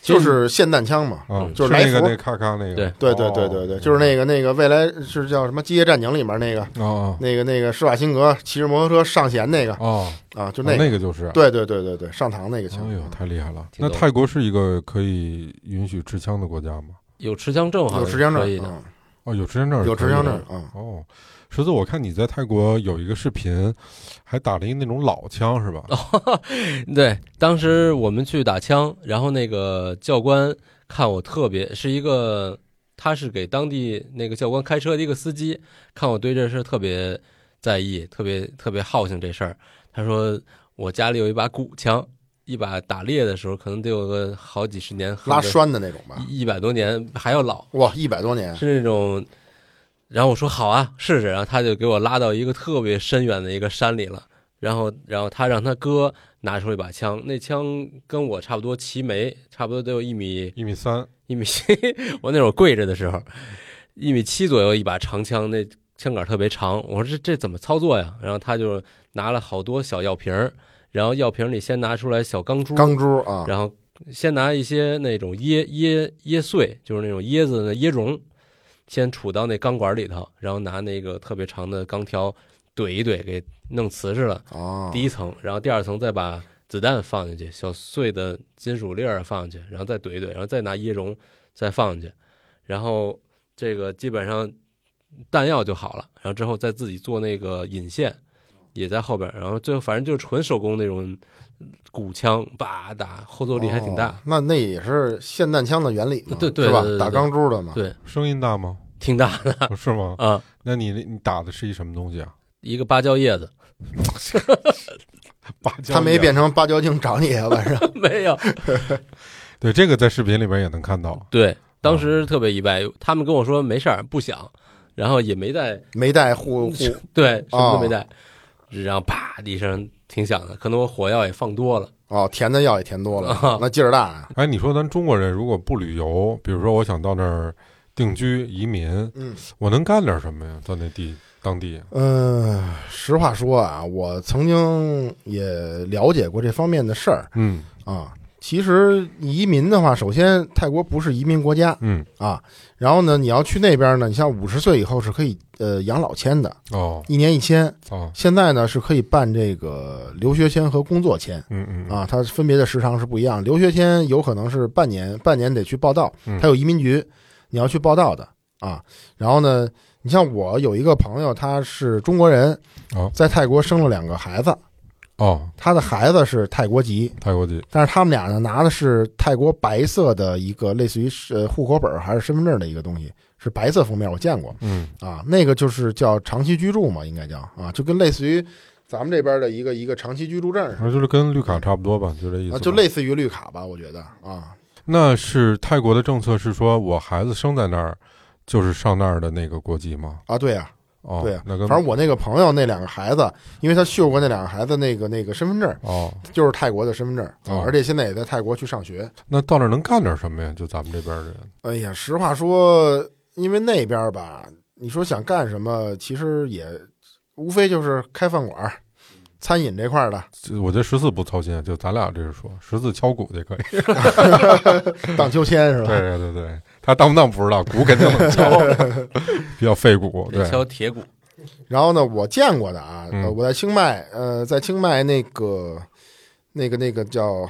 A: 就是霰弹枪嘛，
B: 啊，
A: 就是来
B: 那个
A: 福
B: 那个咔咔那个，
A: 对
C: 对
A: 对对对
C: 哦
A: 对，就是那个那个未来是叫什么《机械战警》里面那个
B: 个哦
A: 那个那个施瓦辛格骑着摩托车上弦那个
B: 哦，
A: 啊，就
B: 就
A: 那个，
B: 那个就是，
A: 对对对对对，上膛那个
B: 哎
A: 枪。
B: 呦，太厉害了！
C: 挺
B: 那
C: 逗
B: 泰国是一个可以允许持枪的国家吗？
C: 有持枪证好
A: 有
C: 像
A: 持
C: 是
A: 枪证
C: 可以，的，
A: 嗯
B: 哦，有持枪证，
A: 有持枪证。，嗯，
B: 哦，十子，我看你在泰国有一个视频，还打了一那种老枪是吧？
C: 对，当时我们去打枪，然后那个教官看我特别是一个，他是给当地那个教官开车的一个司机，看我对这事儿特别在意，特别特别好性这事儿。他说我家里有一把古枪，一把打猎的时候可能得有个好几十年，
A: 拉栓的那种吧，
C: 一一百多年还要老，
A: 哇，一百多年，
C: 是那种。然后我说好啊，试试。然后他就给我拉到一个特别深远的一个山里了。然后，然后他让他哥拿出一把枪，那枪跟我差不多齐眉，差不多得有一米
B: 一米三，
C: 一米七。 我那会儿跪着的时候，一米七左右一把长枪，那枪杆特别长。我说这这怎么操作呀？然后他就拿了好多小药瓶儿，然后药瓶里先拿出来小钢珠，
A: 钢珠啊，
C: 然后先拿一些那种椰椰椰碎，就是那种椰子的椰蓉，先杵到那钢管里头，然后拿那个特别长的钢条怼一怼，给弄瓷实了。
A: 啊，
C: 第一层，然后第二层再把子弹放进去，小碎的金属粒儿放进去，然后再怼一怼，然后再拿椰蓉再放进去，然后这个基本上弹药就好了。然后之后再自己做那个引线，也在后边儿。然后最后反正就是纯手工那种鼓枪，叭打，后坐力还挺大，
A: 哦那那也是霰弹枪的原理嘛，
C: 对对
A: 是吧
C: 对对？对
A: 打钢珠的嘛，
C: 对
B: 声音大 吗？
C: 挺大的
B: 不是吗？
C: 啊。
B: 那你你打的是一什么东西啊？
C: 一个芭蕉叶 子
B: 芭蕉
A: 它没
B: 叶
A: 变成芭蕉镜找你啊，晚上
C: 没有，
B: 对，这个在视频里边也能看到。
C: 对，当时特别意外，他们跟我说没事儿，不响，然后也没带
A: 没带 护护，
C: 对，什么都没
A: 哦
C: 带，然后啪的一声挺响的，可能我火药也放多了。
A: 哦，甜的药也甜多了
C: 啊，
A: 那劲儿大 啊，
B: 哎，你说咱中国人如果不旅游，比如说我想到那儿定居移民，
A: 嗯
B: 我能干点什么呀？在那地当地，
A: 嗯，实话说啊，我曾经也了解过这方面的事儿
B: 嗯
A: 啊。其实移民的话，首先泰国不是移民国家
B: 嗯，
A: 啊，然后呢，你要去那边呢，你像五十岁以后是可以呃养老签的，
B: 哦
A: 一年一签。
B: 哦，
A: 现在呢是可以办这个留学签和工作签，
B: 嗯嗯
A: 啊，它分别的时长是不一样。留学签有可能是半年，半年得去报到
B: 嗯，
A: 它有移民局，你要去报到的啊。然后呢，你像我有一个朋友，他是中国人
B: 哦，
A: 在泰国生了两个孩子，
B: 哦，
A: 他的孩子是泰国籍，
B: 泰国籍
A: 但是他们俩呢拿的是泰国白色的一个类似于是呃户口本儿还是身份证的一个东西，是白色封面，我见过
B: 嗯
A: 啊，那个就是叫长期居住嘛，应该叫啊，就跟类似于咱们这边的一个一个长期居住证似的。
B: 啊，就是跟绿卡差不多吧，就这意思吧。
A: 啊，就类似于绿卡吧，我觉得啊，
B: 那是泰国的政策是说我孩子生在那儿，就是上那儿的那个国籍吗？
A: 啊，对呀、
B: 哦，
A: 对呀、
B: 那跟
A: 反正我那个朋友那两个孩子，因为他秀过那两个孩子那个那个身份证，
B: 哦，
A: 就是泰国的身份证，
B: 哦
A: 啊，而且现在也在泰国去上学。
B: 那到那儿能干点什么呀？就咱们这边的人，
A: 哎呀，实话说，因为那边吧，你说想干什么，其实也无非就是开饭馆儿、
C: 嗯
A: 餐饮这块 儿的，
B: 就我觉得十四不操心，啊就咱俩这是说十四敲鼓就可以。
A: 荡秋千是
B: 对
A: 吧？
B: 对对对，他当不当不知道，鼓肯定能敲，比较费鼓。对
C: 得，敲铁鼓，
A: 然后呢，我见过的啊，
B: 嗯
A: 呃我在清迈，呃，在清迈那个那个那个叫，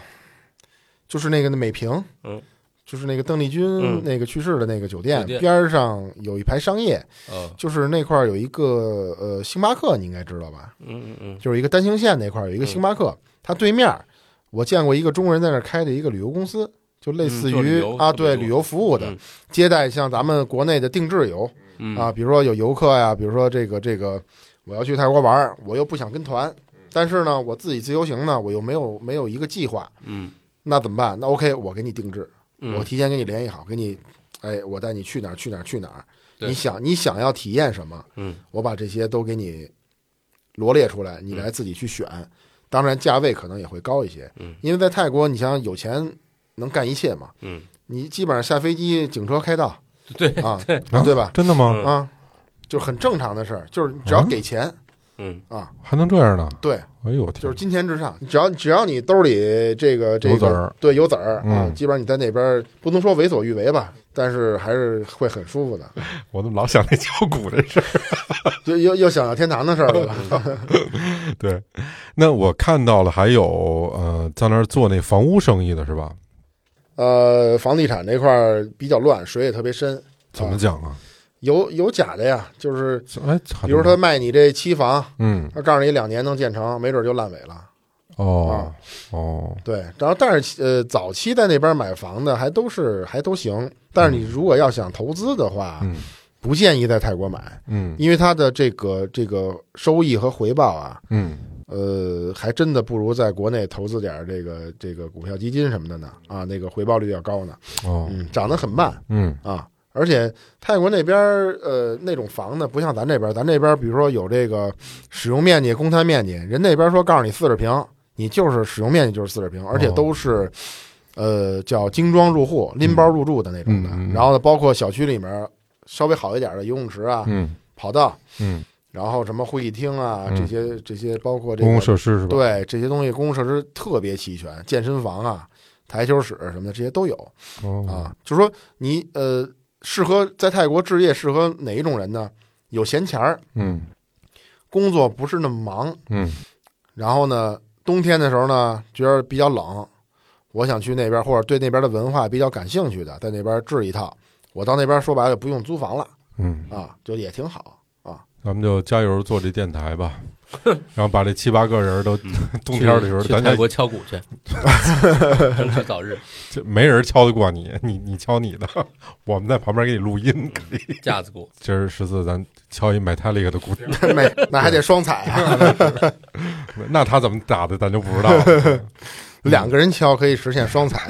A: 就是那个美平，
C: 嗯，
A: 就是那个邓丽君
C: 嗯
A: 那个去世的那个酒店、
C: 酒店
A: 边儿上有一排商业，
C: 哦，
A: 就是那块儿有一个呃星巴克，你应该知道吧？
C: 嗯嗯嗯，
A: 就是一个单行线那块儿有一个星巴克，它对面儿我见过一个中国人在那儿开的一个旅游公司，就类似
C: 嗯做旅
A: 于
C: 游
A: 啊，
C: 差不多
A: 对旅游服务的
C: 嗯
A: 接待，像咱们国内的定制游
C: 嗯
A: 啊，比如说有游客呀，比如说这个这个，我要去泰国玩儿，我又不想跟
C: 嗯
A: 团，但是呢，我自己自由行呢，我又没有没有一个计划，
C: 嗯
A: 那怎么办？那 OK，我给你定制，
C: 嗯
A: 我提前给你联系好，给你，哎，我带你去哪儿去哪儿去哪儿，
C: 对
A: 你想你想要体验什么，
C: 嗯
A: 我把这些都给你罗列出来，你来自己去选。当然，价位可能也会高一些，
C: 嗯
A: 因为在泰国，你想想有钱能干一切嘛，
C: 嗯，
A: 你基本上下飞机，警车开道，
C: 对
A: 啊，
B: 啊
A: 对吧？
B: 真的吗？
C: 嗯
A: 啊，就是很正常的事儿，就是只要
B: 啊
A: 给钱，
C: 嗯
B: 还能这样呢？
A: 对，
B: 哎呦我天！
A: 就是金钱至上，只要只要你兜里这个这
B: 有子
A: 个
B: 儿
A: 对有子儿啊，
B: 嗯
A: 基本上你在那边儿不能说为所欲为吧，但是还是会很舒服的。
B: 我怎么老想那敲鼓的事儿？
A: 又又又想到天堂的事儿 了吧？
B: 对，那我看到了，还有呃，在那儿做那房屋生意的是吧？
A: 呃，房地产这块儿比较乱，水也特别深。
B: 怎么
A: 啊
B: 讲啊？
A: 有有假的呀？就是
B: 哎，
A: 比如他卖你这期房，
B: 嗯
A: 他告诉你两年能建成，没准就烂尾了。
B: 哦哦
A: 对，然后但是呃，早期在那边买房的还都是还都行，但是你如果要想投资的话，
B: 嗯
A: 不建议在泰国买，
B: 嗯
A: 因为它的这个这个收益和回报啊，
B: 嗯
A: 呃，还真的不如在国内投资点儿这个这个股票基金什么的呢啊，那个回报率要高呢。
B: 哦
A: 嗯，涨得很慢
B: 嗯
A: 啊，而且泰国那边儿呃那种房呢，不像咱这边儿，咱这边儿比如说有这个使用面积、公摊面积，人那边儿说告诉你四十平，你就是使用面积就是四十平，而
B: 哦
A: 且都是。呃，叫精装入户、拎包入住的那种的，
B: 嗯嗯嗯
A: 然后呢，包括小区里面儿稍微好一点儿的游泳池啊、
B: 嗯
A: 跑道，
B: 嗯，
A: 然后什么会议厅啊，
B: 嗯
A: 这些这些包括这
B: 公
A: 个
B: 共设施是吧？
A: 对这些东西，公共设施特别齐全，健身房啊、台球室什么的，这些都有
B: 哦
A: 啊。就是说你呃，适合在泰国置业，适合哪一种人呢？有闲钱儿，
B: 嗯
A: 工作不是那么忙，
B: 嗯
A: 然后呢，冬天的时候呢，觉得比较冷，我想去那边，或者对那边的文化比较感兴趣的，在那边置一套。我到那边说白了不用租房了
B: 嗯，
A: 啊，就也挺好。
B: 咱们就加油做这电台 吧，然后把这七八个人都 冬天的时候，
C: 去去
B: 咱
C: 泰
B: 家
C: 国敲鼓 去，争取早日
B: 这没人敲得过你， 你你敲你的，我们在旁边给你录音可以。
C: 架子鼓。
B: 今儿十四，咱敲一 Metallica 的鼓点儿，
A: 没，那还得双踩啊，
B: 那他怎么打的咱就不知道 了。
A: 两个人敲可以实现双踩。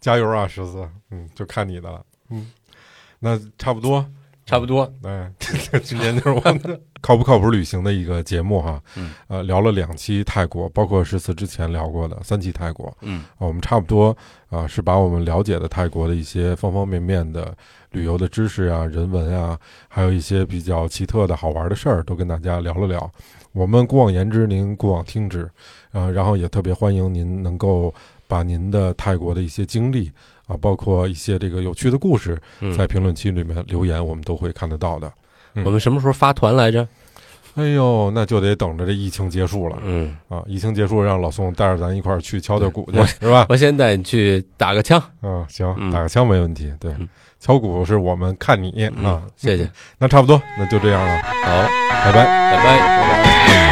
B: 加油啊，十四，嗯，就看你的了，嗯，那差不多，
C: 差不多，
B: 哎， 今天就是我们的靠不靠谱旅行的一个节目哈，
C: 嗯，
B: 呃，聊了两期泰国，包括十四之前聊过的三期泰国，
C: 嗯
B: 啊我们差不多啊、是把我们了解的泰国的一些方方面面的旅游的知识啊、人文啊，还有一些比较奇特的好玩的事儿，都跟大家聊了聊。我们姑妄言之，您姑妄听之，啊，然后也特别欢迎您能够把您的泰国的一些经历啊，包括一些这个有趣的故事，
C: 嗯
B: 在评论区里面留言，我们都会看得到的。
C: 我们什么时候发团来着？
B: 哎呦，那就得等着这疫情结束了
C: 嗯，
B: 啊！疫情结束，让老宋带着咱一块儿去敲敲鼓去
C: 我，
B: 是 吧？
C: 我先带你去打个枪。
B: 嗯，行，
C: 嗯
B: 打个枪没问题。对
C: 嗯，
B: 敲鼓是我们看你啊
C: 嗯，谢谢，
B: 那差不多，那就这样了，
C: 好，
B: 拜拜。
C: 拜拜。